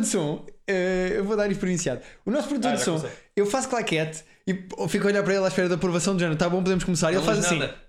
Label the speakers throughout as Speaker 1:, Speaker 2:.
Speaker 1: de som, eh, eu vou dar isto por iniciado. O nosso produtor
Speaker 2: Ah,
Speaker 1: de
Speaker 2: já
Speaker 1: som,
Speaker 2: comecei.
Speaker 1: eu faço claquete e fico a olhar para ele à espera da aprovação do género, tá bom, podemos começar. E ele faz assim,
Speaker 2: Nada.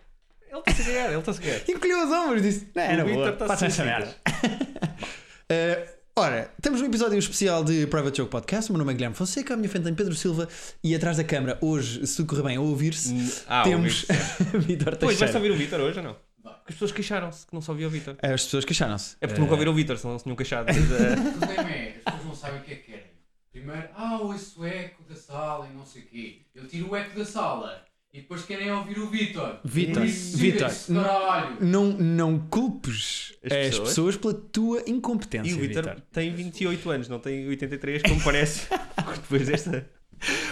Speaker 2: Ele está-se a cagar, ele está-se a cagar.
Speaker 1: encolheu os ombros, disse: Não, era
Speaker 2: O tá
Speaker 1: boa,
Speaker 2: Vitor está-se
Speaker 1: faça
Speaker 2: a
Speaker 1: essa
Speaker 2: cagar.
Speaker 1: merda. Eh, ora, temos um episódio especial de Private Joke Podcast. O meu nome é Guilherme Fonseca, à minha frente tem Pedro Silva e atrás da câmara, hoje, se tudo correr bem, a ouvir-se,
Speaker 2: Ah,
Speaker 1: temos Vitor
Speaker 2: Pois, vais
Speaker 1: Teixeira.
Speaker 2: ouvir o Vitor hoje ou não? Porque as pessoas queixaram-se que não só ouvia o Vitor.
Speaker 1: As pessoas queixaram-se.
Speaker 2: É porque nunca ouviram o Vitor, senão não se tinham queixado. Mas, eh,
Speaker 3: O problema é, as pessoas não sabem o que é que querem. Primeiro, ah, ouço o eco da sala e não sei o quê. Eu tiro o eco da sala e depois querem ouvir o Vitor.
Speaker 1: Vítor,
Speaker 3: Isso,
Speaker 1: Vítor,
Speaker 3: esse Caralho.
Speaker 1: Não, não culpes
Speaker 2: As
Speaker 1: as,
Speaker 2: pessoas?
Speaker 1: pessoas? pela tua incompetência.
Speaker 2: E o Vitor
Speaker 1: Vítor.
Speaker 2: tem 28 anos, não tem 83, como parece. Porque Depois desta.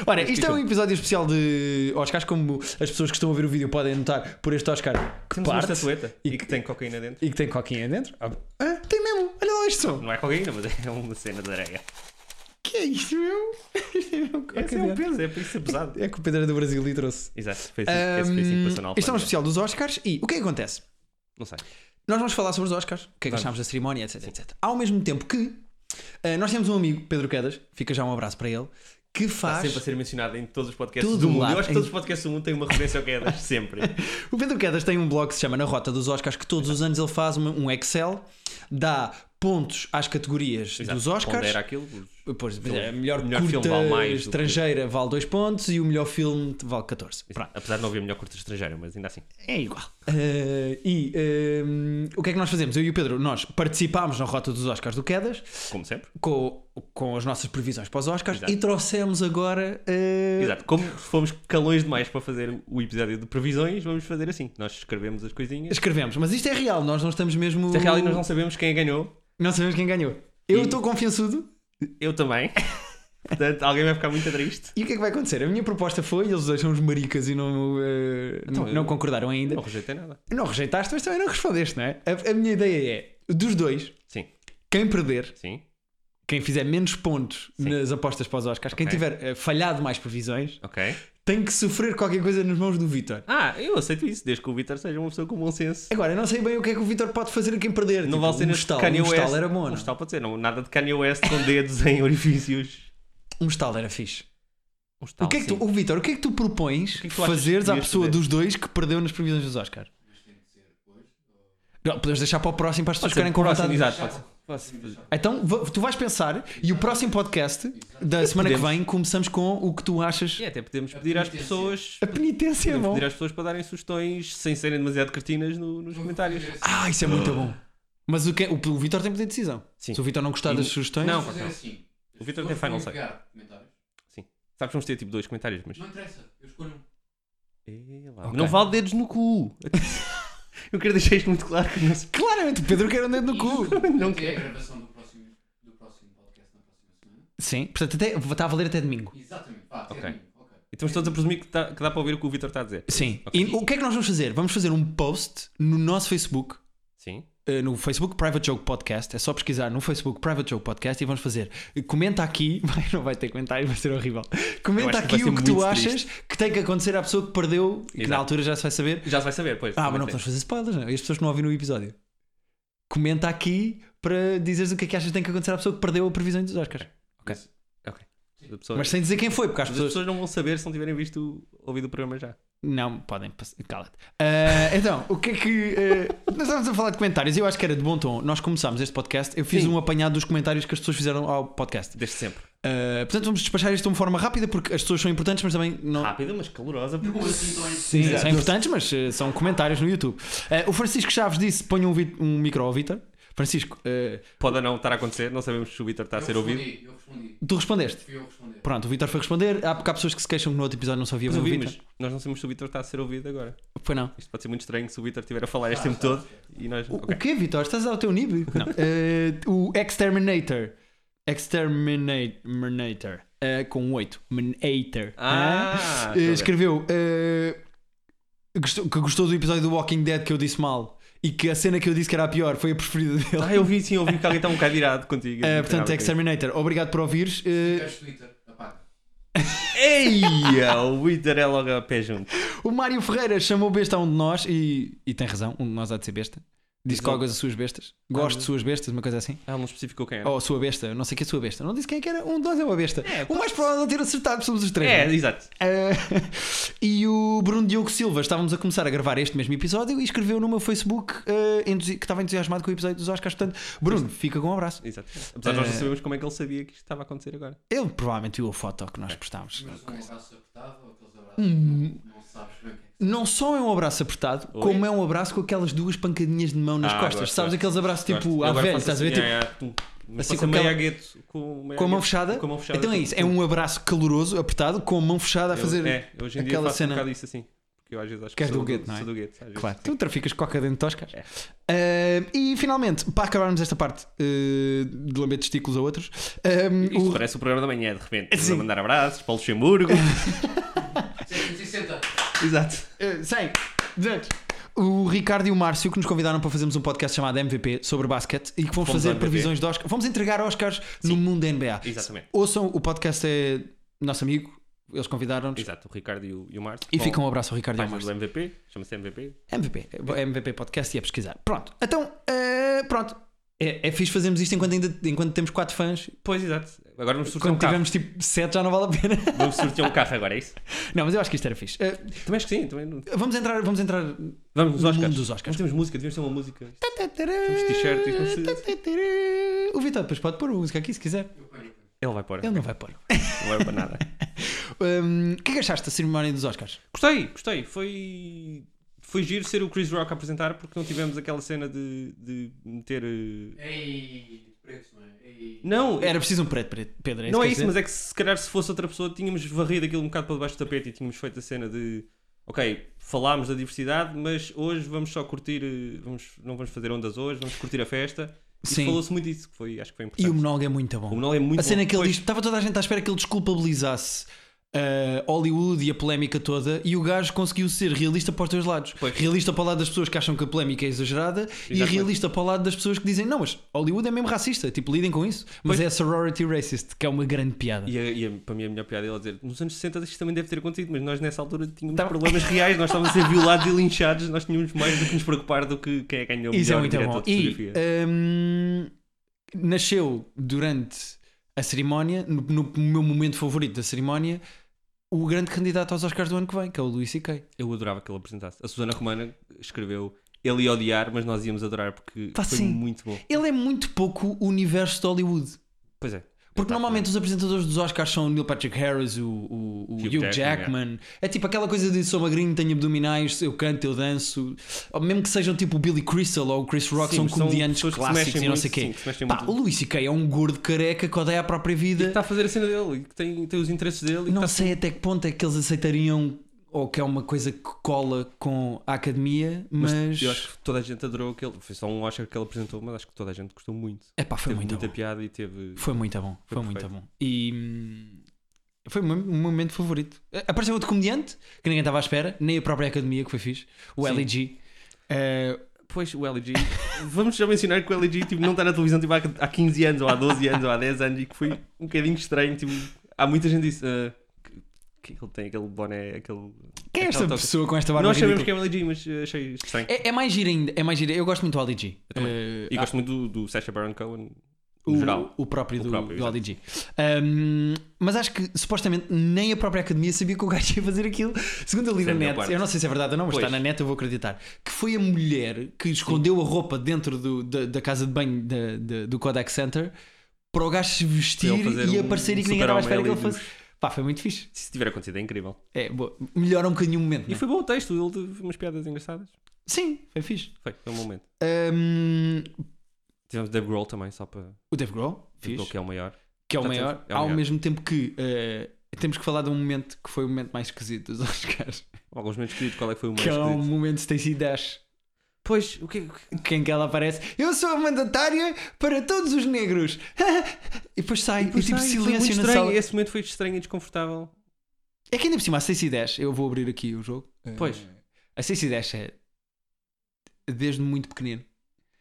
Speaker 1: Ora,
Speaker 2: Mas
Speaker 1: isto é
Speaker 2: fica-
Speaker 1: um episódio especial de Oscars, como as pessoas que estão a ver o vídeo podem notar por este Oscar que
Speaker 2: Temos uma
Speaker 1: parte
Speaker 2: estatueta e
Speaker 1: e
Speaker 2: que tem cocaína dentro.
Speaker 1: e que tem coquinha dentro. Ah, ah, tem mesmo, olha lá isto. som.
Speaker 2: Não é cocaína, mas é uma cena de areia.
Speaker 1: Que é isto, meu? Isto é mesmo
Speaker 2: Esse
Speaker 1: coca
Speaker 2: é um
Speaker 1: dentro.
Speaker 2: peso, é por isso é pesado.
Speaker 1: É que o Pedro era do Brasil e trouxe.
Speaker 2: Exato, foi assim, esse foi assim que
Speaker 1: Ahm,
Speaker 2: passou na
Speaker 1: isto é um
Speaker 2: alfândega.
Speaker 1: especial dos Oscars e o que é que acontece?
Speaker 2: Não sei.
Speaker 1: Nós vamos falar sobre os Oscars, o que é que achámos da cerimónia, etc, etc. Ao mesmo tempo que eh, nós temos um amigo, Pedro Quedas, fica já um abraço para ele, que
Speaker 2: Está
Speaker 1: faz.
Speaker 2: sempre a ser mencionado em todos os podcasts
Speaker 1: Tudo
Speaker 2: do mundo.
Speaker 1: lá.
Speaker 2: Eu acho que todos os podcasts do mundo têm uma referência ao que é das sempre.
Speaker 1: O Pedro Quedas tem um blog que se chama Na Rota dos Oscars, que todos os anos ele faz uma- um Excel, dá pontos às categorias dos
Speaker 2: Onde era
Speaker 1: Oscars.
Speaker 2: aquilo? os-
Speaker 1: Pois, é, melhor,
Speaker 2: melhor
Speaker 1: curta
Speaker 2: filme vale mais do que-
Speaker 1: estrangeira vale 2 pontos e o melhor filme vale 14. Pronto.
Speaker 2: Apesar de não haver melhor curta estrangeira, mas ainda assim.
Speaker 1: É igual. Eh, e eh, o que é que nós fazemos? Eu e o Pedro, nós participámos na Rota dos Oscars do Quedas.
Speaker 2: Como sempre.
Speaker 1: com, com as nossas previsões para os Oscars
Speaker 2: Exato.
Speaker 1: e trouxemos agora. eh,
Speaker 2: Exato. Como fomos calões demais para fazer o episódio de previsões, vamos fazer assim. Nós escrevemos as coisinhas.
Speaker 1: Escrevemos, mas isto é real, nós não estamos mesmo.
Speaker 2: Na é real, nós não sabemos quem ganhou.
Speaker 1: não sabemos quem ganhou. Eu estou confiançudo.
Speaker 2: Eu também. Portanto, alguém vai ficar muito triste.
Speaker 1: E o que é que vai acontecer? A minha proposta foi, eles dois são uns maricas e não, eh,
Speaker 2: Então,
Speaker 1: não,
Speaker 2: eu-
Speaker 1: não concordaram ainda.
Speaker 2: Não rejeitei nada.
Speaker 1: Não rejeitaste, mas também não respondeste, não é? A, a minha ideia é: dos dois,
Speaker 2: Sim,
Speaker 1: quem perder,
Speaker 2: sim.
Speaker 1: quem fizer menos pontos
Speaker 2: Sim.
Speaker 1: nas apostas para os Oscars, quem
Speaker 2: Ok.
Speaker 1: tiver eh, falhado mais previsões,
Speaker 2: Ok.
Speaker 1: tem que sofrer qualquer coisa nas mãos do Vitor.
Speaker 2: Ah, eu aceito isso, desde que o Vitor seja uma pessoa com bom senso.
Speaker 1: Agora, eu não sei bem o que é que o Vitor pode fazer a quem perder.
Speaker 2: Não
Speaker 1: Tipo,
Speaker 2: vale
Speaker 1: um
Speaker 2: cenas de
Speaker 1: estalo,
Speaker 2: Kanye
Speaker 1: um
Speaker 2: West.
Speaker 1: estalo era bom,
Speaker 2: Um
Speaker 1: não?
Speaker 2: estalo pode ser, não, nada de Kanye West com dedos em orifícios.
Speaker 1: Um estalo era fixe.
Speaker 2: Um
Speaker 1: o que é que tu,
Speaker 2: sim.
Speaker 1: o Vitor, o que é que tu propões
Speaker 2: O que é que tu achas
Speaker 1: fazeres
Speaker 2: que
Speaker 1: à
Speaker 2: devias
Speaker 1: pessoa
Speaker 2: fazer?
Speaker 1: dos dois que perdeu nas previsões dos Oscar? Não, podemos deixar para o próximo para as pessoas
Speaker 2: Pode ser
Speaker 1: ficarem com
Speaker 2: próximo,
Speaker 1: vontade.
Speaker 2: exato, pode ser. Pode ser.
Speaker 1: Então va- tu vais pensar e o próximo podcast da semana que vem começamos com o que tu achas.
Speaker 2: E é, até podemos pedir às
Speaker 3: penitência.
Speaker 2: pessoas.
Speaker 1: A penitência é
Speaker 2: Podemos
Speaker 1: bom.
Speaker 2: pedir às pessoas para darem sugestões sem serem demasiado cretinas no- nos comentários.
Speaker 3: assim.
Speaker 1: Ah, isso é muito bom. Mas o, que, o, o Vitor tem poder de decisão.
Speaker 2: Sim.
Speaker 1: Se o Vitor não gostar
Speaker 2: E-
Speaker 1: das sugestões.
Speaker 2: não.
Speaker 3: Vamos fazer assim.
Speaker 2: O Vitor tem final, sei. Sabes que vamos ter tipo dois comentários, mas.
Speaker 3: um Não interessa, eu escolho um.
Speaker 2: Ei, lá,
Speaker 1: Ok.
Speaker 2: Não vale dedos no cu! Eu quero deixar isto muito claro que não se.
Speaker 1: Claramente, o Pedro quer um dedo no cu.
Speaker 2: Não
Speaker 3: Portanto, é a
Speaker 2: quero.
Speaker 3: gravação do próximo, do próximo podcast na próxima semana.
Speaker 1: Sim, portanto até, está a valer até domingo.
Speaker 3: Exatamente, vá,
Speaker 2: Ok.
Speaker 3: até domingo, ok.
Speaker 2: E estamos todos a presumir que, tá- que dá para ouvir o que o Vitor está a dizer.
Speaker 1: Sim.
Speaker 2: Ok.
Speaker 1: E o que é que nós vamos fazer? Vamos fazer um post no nosso Facebook,
Speaker 2: Sim.
Speaker 1: eh, no Facebook Private Joke Podcast. É só pesquisar no Facebook Private Joke Podcast e vamos fazer. Comenta aqui, vai- não vai ter comentários, vai ser horrível. Comenta
Speaker 2: acho que vai
Speaker 1: aqui
Speaker 2: ser
Speaker 1: o que tu
Speaker 2: muito
Speaker 1: achas que tem que acontecer à pessoa que perdeu e que na
Speaker 2: Exato.
Speaker 1: altura já se vai saber.
Speaker 2: Já se vai saber, pois.
Speaker 1: Ah, mas não
Speaker 2: também
Speaker 1: podemos fazer spoilers, não. E as pessoas que não ouviram o episódio. Comenta aqui para dizeres o que é que achas que tem que acontecer à pessoa que perdeu a previsão dos Oscars.
Speaker 2: tem. Ok. Ok. A pessoa-
Speaker 1: Mas sem dizer quem foi, porque às
Speaker 2: Mas as
Speaker 1: pessoas.
Speaker 2: pessoas não vão saber se não tiverem visto ouvido o programa já.
Speaker 1: Não, podem, pass- cala-te. Ah, então, o que é que. ah, nós estávamos a falar de comentários, eu acho que era de bom tom. Nós começámos este podcast, eu fiz
Speaker 2: Sim.
Speaker 1: um apanhado dos comentários que as pessoas fizeram ao podcast.
Speaker 2: Desde sempre.
Speaker 1: Ah, portanto, vamos despachar isto de uma forma rápida, porque as pessoas são importantes, mas também não.
Speaker 2: Rápida, mas calorosa.
Speaker 3: Não assim tão
Speaker 1: Sim, são importantes, mas ah, são comentários no YouTube. Ah, o Francisco Chaves disse: ponha um, vi- um micro ao Vitor. Francisco, ah,
Speaker 2: Pode ou não estar a acontecer, não sabemos se o Vitor está a ser
Speaker 3: eu
Speaker 2: ouvido.
Speaker 3: respondi, eu respondi.
Speaker 1: tu respondeste.
Speaker 3: Fui eu a responder.
Speaker 1: Pronto, o Vitor foi responder. Há, porque há pessoas que se queixam que no outro episódio não só via
Speaker 2: Mas
Speaker 1: o
Speaker 2: ouvimos.
Speaker 1: Vitor.
Speaker 2: Nós não sabemos se o Vitor está a ser ouvido agora.
Speaker 1: Foi não.
Speaker 2: Isto pode ser muito estranho se o Vitor estiver a falar este tempo todo e nós.
Speaker 1: O,
Speaker 2: Ok.
Speaker 1: o quê, Vitor? Estás ao teu nível? Não. Eh, o Exterminator. Exterminator. Eh, com um 8. Manator.
Speaker 2: Ah,
Speaker 1: Eh,
Speaker 2: estou a ver.
Speaker 1: escreveu eh, gostou- que gostou do episódio do Walking Dead que eu disse mal e que a cena que eu disse que era a pior foi a preferida dele.
Speaker 2: Ah, eu vi sim, eu vi que alguém está um bocado irado contigo.
Speaker 1: Eh,
Speaker 2: Não tem
Speaker 1: portanto,
Speaker 2: nada a ver com
Speaker 1: Exterminator, obrigado por ouvires. Eh,
Speaker 3: Queres Twitter? Apaga.
Speaker 2: isso. Eia, o Vitor é logo a pé junto.
Speaker 1: o Mário Ferreira chamou besta a um de nós e, e tem razão, um de nós há de ser besta. Diz
Speaker 2: Diz
Speaker 1: qualquer coisa suas bestas.
Speaker 2: Ah,
Speaker 1: Gosto de suas bestas, uma coisa assim.
Speaker 2: Ela não especificou quem era.
Speaker 1: Ou a sua besta, não sei que é a sua besta. Não disse quem é que era, um de nós é uma besta. o mais provável é ter acertado, somos os três.
Speaker 2: é,
Speaker 1: não
Speaker 2: exato.
Speaker 1: Eh, e o Bruno Diogo Silva, estávamos a começar a gravar este mesmo episódio e escreveu no meu Facebook eh, entusi- que estava entusiasmado com o episódio dos Oscars. Portanto, Bruno, fica com um abraço.
Speaker 2: Exato. Apesar de nós não sabemos como é que ele sabia que isto estava a acontecer agora.
Speaker 1: Ele provavelmente viu a foto que nós postámos.
Speaker 3: Mas um abraço apertado ou aqueles abraços que não, não sabes bem o que é que
Speaker 1: Não só é um abraço apertado,
Speaker 2: Oi?
Speaker 1: como é um abraço com aquelas duas pancadinhas de mão nas
Speaker 2: Ah,
Speaker 1: costas.
Speaker 2: gosto,
Speaker 1: Sabes
Speaker 2: gosto,
Speaker 1: aqueles abraços
Speaker 2: Gosto.
Speaker 1: tipo
Speaker 2: Eu
Speaker 1: à
Speaker 2: agora
Speaker 1: velha,
Speaker 2: faço
Speaker 1: estás a ver?
Speaker 2: assim,
Speaker 1: Tipo,
Speaker 2: é, é, tum. Mas
Speaker 1: assim,
Speaker 2: faço a
Speaker 1: com
Speaker 2: meia
Speaker 1: aquela-
Speaker 2: gueto com, meia
Speaker 1: com a mão
Speaker 2: gueto-
Speaker 1: fechada.
Speaker 2: Com a mão fechada.
Speaker 1: Então é
Speaker 2: tum,
Speaker 1: isso, é
Speaker 2: tum.
Speaker 1: um abraço caloroso, apertado, com a mão fechada a
Speaker 2: Eu-
Speaker 1: fazer.
Speaker 2: É, hoje em dia
Speaker 1: aquela
Speaker 2: faço
Speaker 1: cena.
Speaker 2: um bocado isso assim. Porque eu às vezes acho
Speaker 1: Que
Speaker 2: que
Speaker 1: és
Speaker 2: sou
Speaker 1: do gueto, não é?
Speaker 2: sou do gueto, às vezes.
Speaker 1: Claro, tu traficas coca dentro de Oscars.
Speaker 2: É.
Speaker 1: Ah, e finalmente, para acabarmos esta parte ah, de lamber testículos a outros, ah,
Speaker 2: Isto
Speaker 1: o-
Speaker 2: parece o programa da manhã, de repente.
Speaker 1: Sim.
Speaker 2: Sim. mandar abraços para o Luxemburgo.
Speaker 3: é. 760.
Speaker 2: Exato.
Speaker 1: Ah, 100, 200. O Ricardo e o Márcio que nos convidaram para fazermos um podcast chamado MVP sobre basquete e que vão
Speaker 2: Fomos ao
Speaker 1: fazer
Speaker 2: MVP.
Speaker 1: previsões de Oscars. Vamos entregar Oscars no mundo da NBA.
Speaker 2: Exatamente.
Speaker 1: Ouçam, o podcast é nosso amigo, eles convidaram-nos.
Speaker 2: Exato. O Ricardo e o, e o Márcio.
Speaker 1: E
Speaker 2: Bom, um
Speaker 1: fica um abraço ao Ricardo e ao
Speaker 2: página
Speaker 1: Márcio.
Speaker 2: do MVP. Chama-se MVP.
Speaker 1: MVP, MVP Podcast e a pesquisar. Pronto, então, ah, pronto. É, é fixe fazermos isto enquanto, ainda, enquanto temos 4 fãs
Speaker 2: Pois, exato. Agora vamos sortear
Speaker 1: Quando
Speaker 2: um carro.
Speaker 1: tivermos tipo 7 já não vale a pena.
Speaker 2: Vamos sortear um carro agora, é isso?
Speaker 1: Não, mas eu acho que isto era fixe. Eh,
Speaker 2: Também acho que sim. Também... não-
Speaker 1: vamos entrar. Vamos entrar.
Speaker 2: Vamos nos
Speaker 1: No
Speaker 2: Oscars.
Speaker 1: mundo dos Oscars.
Speaker 2: Nós temos música, devíamos ter uma música.
Speaker 1: Temos
Speaker 2: t-shirts, isto não
Speaker 1: O Vitor depois pode pôr a música aqui se quiser.
Speaker 3: Eu ponho.
Speaker 2: Ele vai para.
Speaker 1: Ele não vai pôr.
Speaker 2: Não vai para nada.
Speaker 1: Hum, o que é que achaste da cerimónia dos Oscars?
Speaker 2: Gostei, gostei. Foi. Foi giro ser o Chris Rock a apresentar porque não tivemos aquela cena de, de meter. eh,
Speaker 3: Ei, É preto, não é? Ei.
Speaker 2: Não,
Speaker 1: Era preciso um preto, preto Pedro.
Speaker 2: não é
Speaker 1: que
Speaker 2: isso,
Speaker 1: eu
Speaker 2: mas
Speaker 1: ia dizer.
Speaker 2: é que se calhar se fosse outra pessoa tínhamos varrido aquilo um bocado para debaixo do tapete e tínhamos feito a cena de. Ok, falámos da diversidade, mas hoje vamos só curtir. eh, Vamos, não vamos fazer ondas hoje, vamos curtir a festa.
Speaker 1: Sim.
Speaker 2: E falou-se muito disso, que foi, acho que foi importante.
Speaker 1: E o monólogo é muito bom.
Speaker 2: O monólogo é muito
Speaker 1: a cena
Speaker 2: bom.
Speaker 1: que ele
Speaker 2: Pois,
Speaker 1: diz. Estava toda a gente à espera que ele desculpabilizasse. eh, Hollywood e a polémica toda, e o gajo conseguiu ser realista para os dois lados.
Speaker 2: Pois.
Speaker 1: Realista para o lado das pessoas que acham que a polémica é exagerada, e
Speaker 2: Exatamente.
Speaker 1: realista para o lado das pessoas que dizem não, mas Hollywood é mesmo racista, tipo, lidem com isso. Mas
Speaker 2: Pois.
Speaker 1: é sorority racist, que é uma grande piada.
Speaker 2: E, a- e a- para mim a melhor piada é ela dizer nos anos 60 isto também deve ter acontecido, mas nós nessa altura tínhamos problemas reais, nós estávamos a ser violados e linchados, nós tínhamos mais do que nos preocupar do que quem é que ganhou o
Speaker 1: Isso é
Speaker 2: melhor
Speaker 1: muito
Speaker 2: diretor
Speaker 1: bom.
Speaker 2: de
Speaker 1: E
Speaker 2: fotografia.
Speaker 1: hum, nasceu durante a cerimónia, no, no meu momento favorito da cerimónia, o grande candidato aos Oscars do ano que vem, que é o Luís C.K.
Speaker 2: Eu adorava que ele apresentasse. A Susana Romana escreveu ele ia odiar, mas nós íamos adorar porque
Speaker 1: Pá,
Speaker 2: foi
Speaker 1: sim.
Speaker 2: muito bom.
Speaker 1: Ele é muito pouco o universo de Hollywood.
Speaker 2: Pois é.
Speaker 1: Porque normalmente os apresentadores dos Oscars são o Neil Patrick Harris, o, o- o
Speaker 2: Hugh
Speaker 1: Hugh,
Speaker 2: Jackman,
Speaker 1: Jackman. É tipo aquela coisa de sou magrinho, tenho abdominais, eu canto, eu danço. Ou mesmo que sejam tipo o Billy Crystal ou o Chris Rock,
Speaker 2: Sim,
Speaker 1: são
Speaker 2: mas são
Speaker 1: comediantes
Speaker 2: pessoas que se
Speaker 1: clássicos
Speaker 2: mexem
Speaker 1: e não sei o
Speaker 2: muito, sim,
Speaker 1: quê.
Speaker 2: que se mexem
Speaker 1: Pá,
Speaker 2: muito.
Speaker 1: o Luís C.K. é um gordo careca que odeia a própria
Speaker 2: E que
Speaker 1: vida.
Speaker 2: está a fazer a cena dele e que tem, tem os interesses dele. e tá que
Speaker 1: não
Speaker 2: está-
Speaker 1: sei até que ponto é que eles aceitariam ou que é uma coisa que cola com a academia, mas.
Speaker 2: Eu acho que toda a gente adorou aquele. Foi só um Oscar que ele apresentou, mas acho que toda a gente gostou muito.
Speaker 1: Epá, foi
Speaker 2: teve
Speaker 1: muito
Speaker 2: muita
Speaker 1: bom.
Speaker 2: piada e teve.
Speaker 1: Foi muito bom. Foi,
Speaker 2: Foi
Speaker 1: muito
Speaker 2: perfeito.
Speaker 1: bom. E. hum, Foi o meu o meu momento favorito. Eh, Apareceu outro comediante que ninguém estava à espera, nem a própria academia que foi fixe, o
Speaker 2: Sim.
Speaker 1: LEG. Eh,
Speaker 2: Pois, o LG. Vamos já mencionar que o LG tipo, não está na televisão tipo, há, há 15 anos, ou há 12 anos, ou há 10 anos, e que foi um bocadinho estranho. Tipo, há muita gente que disse "Ah, que, que ele tem aquele boné, aquele.
Speaker 1: quem é esta
Speaker 2: aquela toca."
Speaker 1: pessoa com esta barba?
Speaker 2: Nós sabemos que
Speaker 1: ridícula?
Speaker 2: é o LG, mas eh, achei estranho.
Speaker 1: é, é mais gira ainda, é mais gira. Eu gosto muito do LEG.
Speaker 2: também.
Speaker 1: Eh,
Speaker 2: E
Speaker 1: há-
Speaker 2: gosto muito do, do Sacha Baron Cohen, no
Speaker 1: o,
Speaker 2: geral.
Speaker 1: o próprio
Speaker 2: O
Speaker 1: do,
Speaker 2: próprio,
Speaker 1: do
Speaker 2: exato.
Speaker 1: LDG. Um, mas acho que supostamente nem a própria academia sabia que o gajo ia fazer aquilo. Segundo eu li
Speaker 2: Isso
Speaker 1: na
Speaker 2: é a melhor
Speaker 1: net,
Speaker 2: parte.
Speaker 1: eu não sei se é verdade ou não, mas
Speaker 2: Pois.
Speaker 1: está na net, eu vou acreditar. Que foi a mulher que escondeu a roupa dentro do- da, da casa de banho da- da- do Kodak Center para o gajo se vestir
Speaker 2: Para ele fazer
Speaker 1: e
Speaker 2: um
Speaker 1: aparecer e que ninguém estava à espera que ele
Speaker 2: super-homem
Speaker 1: fosse. Pá, foi muito fixe.
Speaker 2: Se tiver acontecido, é incrível.
Speaker 1: É, boa. melhora um bocadinho o momento.
Speaker 2: E
Speaker 1: não é?
Speaker 2: foi bom o texto, ele teve umas piadas engraçadas.
Speaker 1: Sim, foi fixe.
Speaker 2: Foi, foi um momento.
Speaker 1: Um,
Speaker 2: Tivemos Dave Grohl também, só para.
Speaker 1: o Dave Grohl,
Speaker 2: Dave
Speaker 1: fixe.
Speaker 2: Grohl, que é o maior.
Speaker 1: que é o
Speaker 2: Tá
Speaker 1: maior,
Speaker 2: tudo. É o
Speaker 1: ao
Speaker 2: maior.
Speaker 1: mesmo tempo que eh, temos que falar de um momento que foi o momento mais esquisito dos Oscars,
Speaker 2: Alguns momentos queridos, qual é que foi o mais
Speaker 1: que é o
Speaker 2: querido?
Speaker 1: momento de Stacey Dash,
Speaker 2: Pois, o que é, o que-
Speaker 1: quem que ela aparece, eu sou a mandatária para todos os negros, e depois sai, e,
Speaker 2: Pois
Speaker 1: tipo
Speaker 2: sei, foi muito
Speaker 1: silêncio na
Speaker 2: estranho.
Speaker 1: sala.
Speaker 2: Esse momento foi estranho e desconfortável.
Speaker 1: É que ainda por cima, a Stacey Dash, eu vou abrir aqui o jogo. Eh,
Speaker 2: Pois.
Speaker 1: A Stacey Dash é, desde muito pequenino,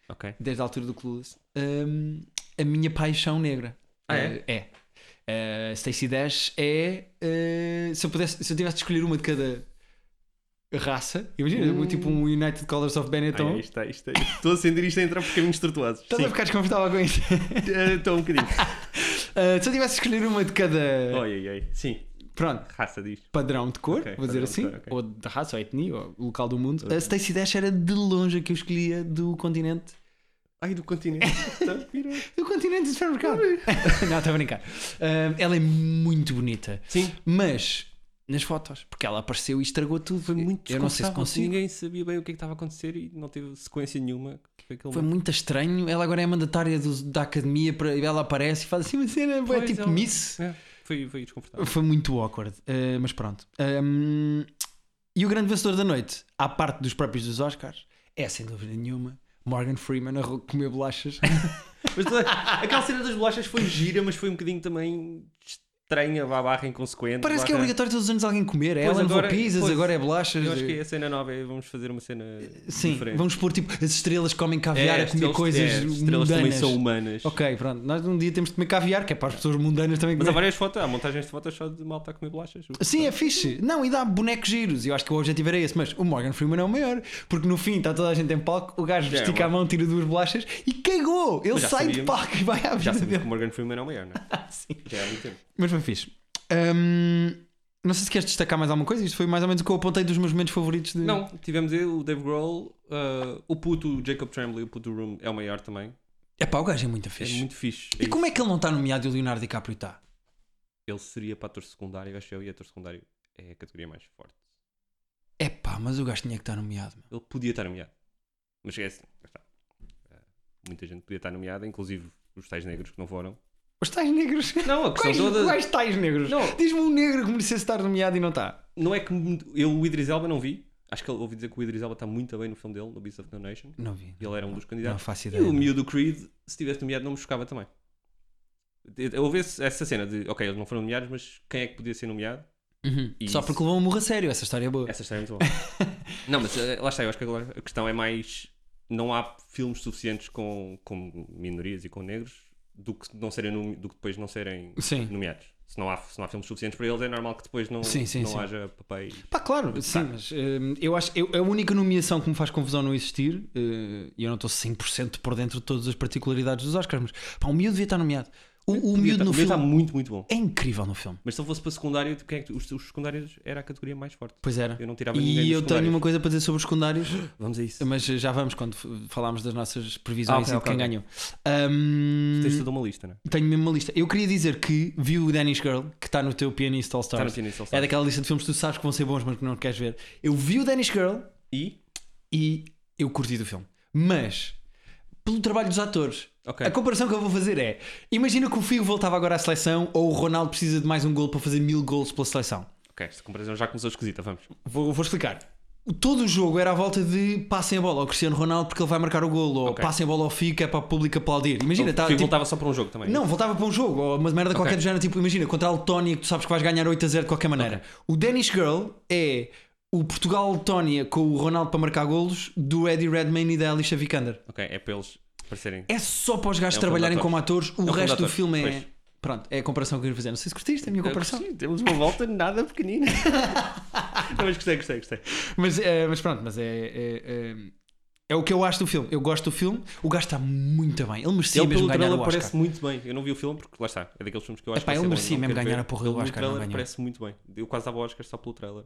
Speaker 2: Ok.
Speaker 1: desde a altura do Clueless, hum, a minha paixão negra.
Speaker 2: Ah, é?
Speaker 1: Eh, é. Eh, Stacey Dash é. eh, se, eu pudesse, se eu tivesse de escolher uma de cada raça. Imagina, tipo um United Colors of Benetton.
Speaker 2: Uh. Ai, é isto, está- isto, está- Estou a sentir isto a entrar por caminhos tortuosos.
Speaker 1: Estás a
Speaker 2: Sim,
Speaker 1: ficar desconfortável com isso?
Speaker 2: eh, estou um bocadinho.
Speaker 1: Ah, se eu tivesse de escolher uma de cada.
Speaker 2: Oi, oi, oi. Sim,
Speaker 1: Pronto,
Speaker 2: raça diz.
Speaker 1: padrão de cor,
Speaker 2: Ok,
Speaker 1: vou dizer
Speaker 2: padrão de
Speaker 1: assim,
Speaker 2: cor, ok.
Speaker 1: ou de raça, ou etnia, ou local do mundo. A Stacey Dash era de longe a que eu escolhia do continente.
Speaker 2: Ai, do continente. Então, pira.
Speaker 1: Do continente de supermercado. Não, estou a brincar. Ah, ela é muito bonita,
Speaker 2: Sim,
Speaker 1: mas nas fotos, porque ela apareceu e estragou tudo.
Speaker 2: foi muito
Speaker 1: Eu não sei se
Speaker 2: desconfortável.
Speaker 1: consigo.
Speaker 2: Ninguém sabia bem o que é que estava a acontecer e não teve sequência nenhuma. Foi aquele
Speaker 1: Foi muito estranho. Ela agora é mandatária do- da academia, para, ela aparece e faz assim uma cena, é
Speaker 2: Pois,
Speaker 1: tipo
Speaker 2: ela-
Speaker 1: Miss.
Speaker 2: É, foi, foi desconfortável.
Speaker 1: Foi muito awkward, eh, mas pronto. Ahm, e o grande vencedor da noite, à parte dos próprios dos Oscars, é sem dúvida nenhuma Morgan Freeman a ro- comer bolachas.
Speaker 2: Mas toda- aquela cena das bolachas foi gira, mas foi um bocadinho também estranha, vá barra inconsequente.
Speaker 1: Parece
Speaker 2: vá,
Speaker 1: que é
Speaker 2: vá.
Speaker 1: obrigatório todos os anos alguém comer. É
Speaker 2: Pois,
Speaker 1: Ellen agora,
Speaker 2: agora-
Speaker 1: pizzas,
Speaker 2: pois,
Speaker 1: agora é bolachas. eh,
Speaker 2: Eu acho que é a cena nova é vamos fazer uma cena
Speaker 1: Sim,
Speaker 2: diferente.
Speaker 1: vamos pôr tipo as estrelas que comem
Speaker 2: É,
Speaker 1: caviar a comer
Speaker 2: estrelas-
Speaker 1: coisas
Speaker 2: é, estrelas também
Speaker 1: mundanas.
Speaker 2: são humanas.
Speaker 1: Ok, pronto. Nós um dia temos de comer caviar, que é para as pessoas mundanas também
Speaker 2: Mas há
Speaker 1: comer.
Speaker 2: várias fotos, há montagens de fotos só de malta a comer bolachas. O que-
Speaker 1: Sim, é fixe. Não, e dá bonecos giros. Eu acho que o objetivo era esse. Mas o Morgan Freeman é o maior. Porque no fim está toda a gente em palco, o gajo
Speaker 2: É,
Speaker 1: estica a mão, tira duas bolachas e cagou. Ele
Speaker 2: já
Speaker 1: sai de
Speaker 2: sabíamos.
Speaker 1: palco e vai à
Speaker 2: Já
Speaker 1: vida
Speaker 2: sabemos
Speaker 1: dele.
Speaker 2: que o Morgan Freeman é o maior, não é?
Speaker 1: Sim.
Speaker 2: Já há muito tempo.
Speaker 1: Mas foi fixe. Hum, não sei se queres destacar mais alguma coisa. Isto foi mais ou menos o que eu apontei dos meus momentos favoritos. De...
Speaker 2: Não, tivemos aí o Dave Grohl, ah, o puto o Jacob Tremblay, o puto do Room, é o maior também.
Speaker 1: É pá, o gajo é muito
Speaker 2: É
Speaker 1: fixe.
Speaker 2: muito fixe. É
Speaker 1: E como é que ele não está nomeado e o Leonardo DiCaprio está?
Speaker 2: isso. Ele seria para ator secundário, acho eu, e ator secundário é a categoria mais forte.
Speaker 1: É pá, mas o gajo tinha que estar nomeado. meu.
Speaker 2: Ele podia estar nomeado. Mas é assim, lá está. Ah, muita gente podia estar nomeada, inclusive os tais negros que não foram.
Speaker 1: Os tais negros.
Speaker 2: Não, a questão
Speaker 1: Quais,
Speaker 2: toda.
Speaker 1: quais tais negros?
Speaker 2: Não.
Speaker 1: Diz-me um negro que merecesse estar nomeado e não tá. está.
Speaker 2: Não é que me- eu o Idris Elba não vi. Acho que ele- ouvi dizer que o Idris Elba está muito bem no filme dele, no Beast of No Nation.
Speaker 1: Não vi.
Speaker 2: Ele era um dos
Speaker 1: Não
Speaker 2: candidatos.
Speaker 1: faço
Speaker 2: E
Speaker 1: ideia.
Speaker 2: o miúdo do Creed, se tivesse nomeado, não me chocava também. Houve esse- essa cena de, ok, eles não foram nomeados, mas quem é que podia ser nomeado?
Speaker 1: Uhum.
Speaker 2: Isso.
Speaker 1: Só porque levou um murro a sério, essa história é boa.
Speaker 2: Essa história é muito boa. não, mas eh, lá está, eu acho que agora a questão é mais. Não há filmes suficientes com, com minorias e com negros do que, não serem, nome- do que depois não serem
Speaker 1: Sim.
Speaker 2: nomeados. Se não, há, se não há filmes suficientes para eles, é normal que depois não,
Speaker 1: Sim, sim,
Speaker 2: não
Speaker 1: sim.
Speaker 2: haja papéis.
Speaker 1: Pá, claro, sim, mas hum, eu acho eu, a única nomeação que me faz confusão não existir, eh, e eu não estou 100% por dentro de todas as particularidades dos Oscars, mas pá, o miúdo devia estar nomeado. O, o miúdo no
Speaker 2: tá, o meu está
Speaker 1: filme
Speaker 2: muito, muito bom.
Speaker 1: é incrível no filme.
Speaker 2: Mas se eu fosse para secundário, quem é que tu- os, os secundários era a categoria mais forte.
Speaker 1: Pois era.
Speaker 2: Eu não tirava ninguém
Speaker 1: E eu
Speaker 2: dos
Speaker 1: tenho
Speaker 2: secundários.
Speaker 1: uma coisa para dizer sobre os secundários,
Speaker 2: Vamos a isso.
Speaker 1: mas já vamos quando f- falarmos das nossas previsões
Speaker 2: Ah, ok,
Speaker 1: e de quem
Speaker 2: ok, ok.
Speaker 1: ganhou. Hum,
Speaker 2: Tens toda uma lista, não é?
Speaker 1: tenho mesmo uma lista. Eu queria dizer que vi o Danish Girl, que está no teu Pianista All
Speaker 2: Está
Speaker 1: Stars.
Speaker 2: Tá no pianista, ele
Speaker 1: É
Speaker 2: sabe.
Speaker 1: daquela lista de filmes que tu sabes que vão ser bons, mas que não queres ver. Eu vi o Danish Girl
Speaker 2: E?
Speaker 1: e eu curti do filme. Mas, pelo trabalho dos atores,
Speaker 2: Ok.
Speaker 1: a comparação que eu vou fazer é: imagina que o Figo voltava agora à seleção ou o Ronaldo precisa de mais um gol para fazer mil gols pela seleção.
Speaker 2: Ok, esta comparação já começou esquisita, vamos.
Speaker 1: Vou, vou explicar. Todo o jogo era à volta de passem a bola ao Cristiano Ronaldo porque ele vai marcar o golo, ou
Speaker 2: Ok.
Speaker 1: passem a bola ao Figo que é para o público aplaudir. Imagina,
Speaker 2: Então,
Speaker 1: tá,
Speaker 2: Figo
Speaker 1: tipo,
Speaker 2: voltava só para um jogo também.
Speaker 1: não, voltava para um jogo, ou uma merda qualquer
Speaker 2: Ok.
Speaker 1: do género, tipo, imagina, contra a Letónia que tu sabes que vais ganhar 8 a 0 de qualquer maneira. O Danish Girl é o Portugal-Letónia com o Ronaldo para marcar golos do Eddie Redmayne e da Alicia Vikander.
Speaker 2: Ok, é para eles parecerem.
Speaker 1: É só para os gajos
Speaker 2: É um
Speaker 1: trabalharem
Speaker 2: filme
Speaker 1: como
Speaker 2: de
Speaker 1: atores, o
Speaker 2: de
Speaker 1: resto do
Speaker 2: atores,
Speaker 1: filme é.
Speaker 2: pois.
Speaker 1: Pronto, é a comparação que eu ia fazer. Não sei se curtiste a minha comparação.
Speaker 2: Sim, temos uma volta nada pequenina. não, mas gostei, gostei, gostei.
Speaker 1: Mas, eh, mas pronto, mas é. é, é... é o que eu acho do filme. Eu gosto do filme. O gajo está muito bem. Ele merecia
Speaker 2: ele
Speaker 1: mesmo
Speaker 2: pelo
Speaker 1: ganhar o
Speaker 2: trailer
Speaker 1: Oscar.
Speaker 2: parece muito bem. Eu não vi o filme porque lá está. É daqueles filmes que eu acho
Speaker 1: Epá,
Speaker 2: que
Speaker 1: ele
Speaker 2: vai
Speaker 1: merecia
Speaker 2: ser bom e não
Speaker 1: mesmo
Speaker 2: quero
Speaker 1: ganhar
Speaker 2: ver.
Speaker 1: a porra do
Speaker 2: Ele no
Speaker 1: Oscar, não
Speaker 2: trailer
Speaker 1: ganhou.
Speaker 2: parece muito bem. Eu quase dava o Oscar só pelo trailer.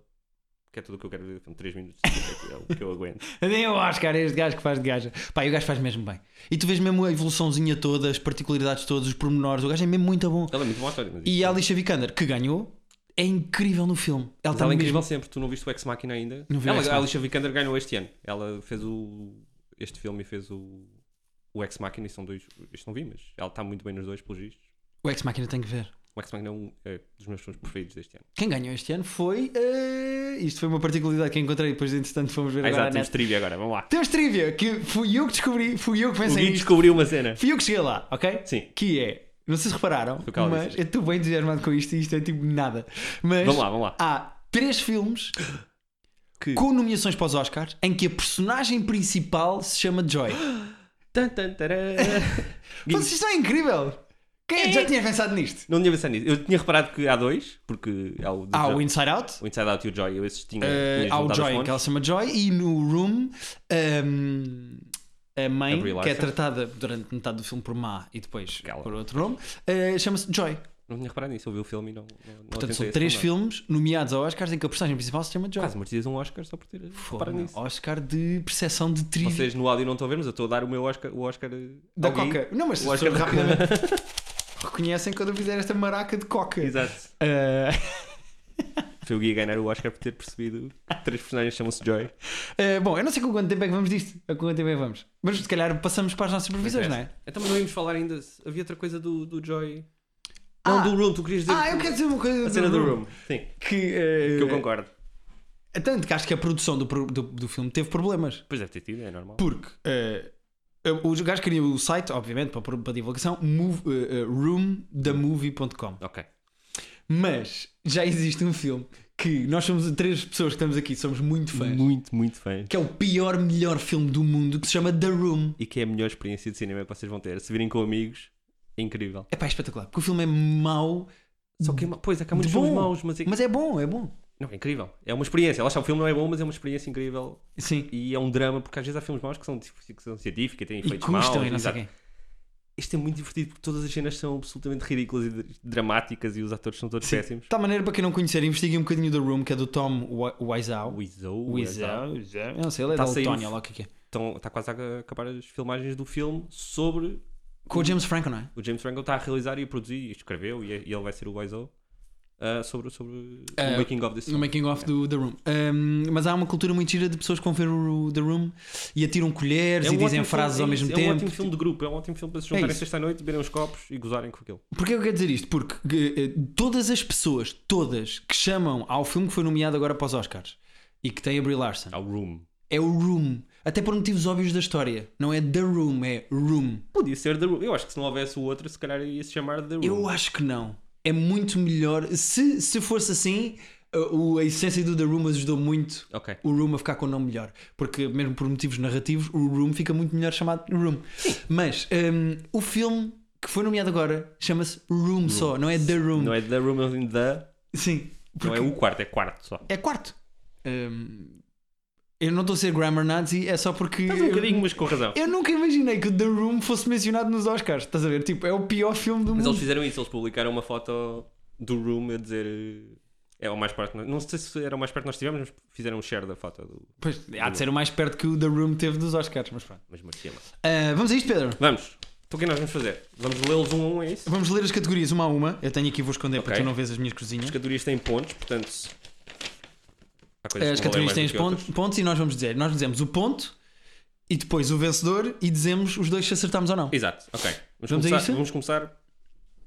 Speaker 2: Que é tudo o que eu quero ver. São 3 minutos. é o que eu aguento.
Speaker 1: Nem o Oscar, é este gajo que faz de gaja. Pá, e o gajo faz mesmo bem. E tu vês mesmo a evoluçãozinha toda, as particularidades todas, os pormenores. O gajo é mesmo muito bom.
Speaker 2: Ele é muito bom ator. Mas
Speaker 1: E
Speaker 2: isto-
Speaker 1: a Alicia Vikander, que ganhou, é incrível no filme. Ela
Speaker 2: Mas
Speaker 1: está
Speaker 2: ela é
Speaker 1: mesmo...
Speaker 2: incrível sempre. Tu não viste o Ex Machina ainda?
Speaker 1: Não vi o
Speaker 2: ela,
Speaker 1: Ex
Speaker 2: a
Speaker 1: Machina.
Speaker 2: Alicia Vikander ganhou este ano. Ela fez o... Este filme e fez o... O Ex Machina e são dois... Este não vi, mas ela está muito bem nos dois, pelos vistos.
Speaker 1: O Ex Machina tem que ver.
Speaker 2: O Ex Machina é um é, dos meus filmes preferidos deste ano.
Speaker 1: Quem ganhou este ano foi. eh, Isto foi uma particularidade que encontrei depois, entretanto, fomos ver
Speaker 2: Ah,
Speaker 1: agora.
Speaker 2: exato,
Speaker 1: a
Speaker 2: temos
Speaker 1: net.
Speaker 2: trivia agora. Vamos lá.
Speaker 1: Temos trivia, que fui eu que descobri, fui eu que
Speaker 2: O
Speaker 1: pensei
Speaker 2: Gui
Speaker 1: nisto.
Speaker 2: descobriu uma cena.
Speaker 1: Fui eu que cheguei lá, ok?
Speaker 2: Sim.
Speaker 1: Que é. Não sei se repararam,
Speaker 2: o que ela
Speaker 1: mas
Speaker 2: disse.
Speaker 1: eu estou bem entusiasmado com isto e isto é tipo nada. Mas
Speaker 2: Vamos lá, vamos lá.
Speaker 1: há três filmes
Speaker 2: Que-
Speaker 1: com nomeações para os Oscars em que a personagem principal se chama Joy.
Speaker 2: Tan, tan, tará.
Speaker 1: Mas isto é incrível! Quem é que já tinha pensado nisto?
Speaker 2: Não tinha pensado nisso. Eu tinha reparado que há dois, porque há o, do
Speaker 1: Há
Speaker 2: Jo-
Speaker 1: Ah, o Inside Out,
Speaker 2: o Inside Out e o Joy. Eu esses tinha.
Speaker 1: eh,
Speaker 2: tinha
Speaker 1: há o
Speaker 2: juntado as
Speaker 1: Joy,
Speaker 2: fontes.
Speaker 1: que ela se chama Joy, e no Room, ehm, a
Speaker 2: A
Speaker 1: mãe,
Speaker 2: Brie
Speaker 1: que é
Speaker 2: Larson.
Speaker 1: tratada durante metade do filme por má e depois
Speaker 2: Aquela.
Speaker 1: por outro nome, eh, chama-se Joy.
Speaker 2: Não tinha reparado nisso. Eu vi o filme e não. não- não
Speaker 1: Portanto,
Speaker 2: atentei a
Speaker 1: são
Speaker 2: esse
Speaker 1: três
Speaker 2: pormenor.
Speaker 1: filmes nomeados ao Oscars em que a personagem principal se chama Joy.
Speaker 2: Quase merecias um Oscar só por ter
Speaker 1: Fogo,
Speaker 2: reparado
Speaker 1: meu.
Speaker 2: nisso.
Speaker 1: Oscar de percepção de trilha
Speaker 2: Vocês no áudio não estão a ver, mas eu estou a dar o meu Oscar. O Oscar eh,
Speaker 1: da
Speaker 2: ao Gui.
Speaker 1: Coca. Não, mas
Speaker 2: O Oscar
Speaker 1: vocês
Speaker 2: é da
Speaker 1: rapidamente reconhecem quando eu fizer esta maraca de Coca.
Speaker 2: Exato.
Speaker 1: Eh,
Speaker 2: Foi o Gui a ganhar o Oscar por ter percebido que três personagens chamam-se Joy.
Speaker 1: eh, bom, eu não sei com quanto tempo é que vamos disto. Ou com quanto tempo é que vamos. Mas se calhar passamos para as nossas previsões, não é?
Speaker 2: Então, mas não íamos falar ainda. se- Havia outra coisa do, do Joy.
Speaker 1: Ah.
Speaker 2: Não, do Room. Tu querias dizer
Speaker 1: Ah, eu quero dizer uma coisa
Speaker 2: a cena do Room. Sim,
Speaker 1: Que,
Speaker 2: que eu
Speaker 1: eh,
Speaker 2: concordo.
Speaker 1: tanto que acho que a produção do, pro- do, do filme teve problemas.
Speaker 2: Pois deve ter tido, é normal.
Speaker 1: Porque eh, os gajos queriam o site, obviamente, para, para divulgação, mov- eh, eh, roomdamovie.com.
Speaker 2: Ok.
Speaker 1: Mas já existe um filme que nós somos três pessoas que estamos aqui, somos muito fãs.
Speaker 2: Muito, muito fã.
Speaker 1: Que é o pior, melhor filme do mundo que se chama The Room.
Speaker 2: E que é a melhor experiência de cinema que vocês vão ter. Se virem com amigos, é incrível.
Speaker 1: É pá, é espetacular. Porque o filme é mau,
Speaker 2: Só que é ma- Pois, é
Speaker 1: De
Speaker 2: que há muitos
Speaker 1: bom.
Speaker 2: filmes maus, mas é...
Speaker 1: mas é bom, é bom.
Speaker 2: Não, é incrível. É uma experiência. Lá está, o filme não é bom, mas é uma experiência incrível.
Speaker 1: Sim.
Speaker 2: E é um drama, porque às vezes há filmes maus que são de ficção científica, têm
Speaker 1: E
Speaker 2: efeitos maus.
Speaker 1: custam e não sei
Speaker 2: exato.
Speaker 1: quem.
Speaker 2: Este é muito divertido, porque todas as cenas são absolutamente ridículas e dr- dramáticas e os atores são todos péssimos.
Speaker 1: De tal maneira, para quem não conhecer, investiguem um bocadinho The Room, que é do Tom Wi- Wiseau.
Speaker 2: O Izou, o Izou.
Speaker 1: Wiseau, Wiseau. Eu não sei, ele é
Speaker 2: Tá
Speaker 1: da
Speaker 2: a sair
Speaker 1: Letónia,
Speaker 2: um-
Speaker 1: lá o que é que é.
Speaker 2: Estão- Está quase a acabar as filmagens do filme sobre
Speaker 1: Com o James Franco, não é?
Speaker 2: o James Franco está a realizar e a produzir e escreveu e, é- e ele vai ser o Wiseau ah, sobre, sobre
Speaker 1: Ah,
Speaker 2: o making of this
Speaker 1: No
Speaker 2: film.
Speaker 1: making of do The Room. Um, mas há uma cultura muito gira de pessoas que vão ver o The Room e atiram colheres
Speaker 2: um
Speaker 1: e dizem
Speaker 2: ótimo
Speaker 1: frases ao
Speaker 2: filme, é
Speaker 1: mesmo
Speaker 2: isso, É um
Speaker 1: tempo. tipo,
Speaker 2: ótimo filme de grupo, é um ótimo filme para se juntarem
Speaker 1: isso.
Speaker 2: sexta-noite, beberem uns copos e gozarem com aquilo.
Speaker 1: Porquê é que eu quero dizer isto? Porque eh, todas as pessoas, todas, que chamam ao filme que foi nomeado agora para os Oscars e que tem a Brie Larson,
Speaker 2: Há o Room.
Speaker 1: é o Room. Até por motivos óbvios da história. Não é The Room, é Room.
Speaker 2: Podia ser The Room. Eu acho que se não houvesse o outro, se calhar ia se chamar The Room.
Speaker 1: Eu acho que não. É muito melhor. Se, se fosse assim, eh, o- a essência do The Room ajudou muito
Speaker 2: Ok.
Speaker 1: o Room a ficar com o nome melhor. Porque, mesmo por motivos narrativos, o Room fica muito melhor chamado Room. Mas hum, o filme que foi nomeado agora chama-se Room, só, não é The Room.
Speaker 2: Não é The Room, não é The.
Speaker 1: Sim.
Speaker 2: Não é
Speaker 1: porque-
Speaker 2: o quarto, é quarto só.
Speaker 1: É quarto. Hum, eu não estou a ser grammar nazi, é só porque.
Speaker 2: Mas um bocadinho, mas com razão.
Speaker 1: Eu nunca imaginei que o The Room fosse mencionado nos Oscars, estás a ver? Tipo, é o pior filme do
Speaker 2: Mas eles
Speaker 1: mundo.
Speaker 2: fizeram isso, eles publicaram uma foto do Room a dizer. eh, É o mais perto. que nós- Não sei se era o mais perto que nós tivemos, mas fizeram um share da foto do.
Speaker 1: Pois, há de ser o mais perto que o The Room teve dos Oscars, mas pronto.
Speaker 2: Mas merecia mais.
Speaker 1: Ah, vamos a isto, Pedro.
Speaker 2: é Vamos. Então o que é que nós vamos fazer? Vamos lê-los um a um, é isso?
Speaker 1: Vamos ler as categorias uma a uma. Eu tenho aqui, vou esconder para
Speaker 2: Ok.
Speaker 1: tu não vês as minhas cozinhas.
Speaker 2: As categorias têm pontos, portanto. se- Há coisas
Speaker 1: As
Speaker 2: que
Speaker 1: categorias
Speaker 2: valem mais
Speaker 1: têm
Speaker 2: do
Speaker 1: os
Speaker 2: que
Speaker 1: pontos,
Speaker 2: outras.
Speaker 1: pontos e nós vamos dizer. Nós dizemos o ponto e depois o vencedor e dizemos os dois se acertamos ou não.
Speaker 2: Exato, ok. Vamos,
Speaker 1: Vamos a
Speaker 2: começar,
Speaker 1: isso?
Speaker 2: vamos começar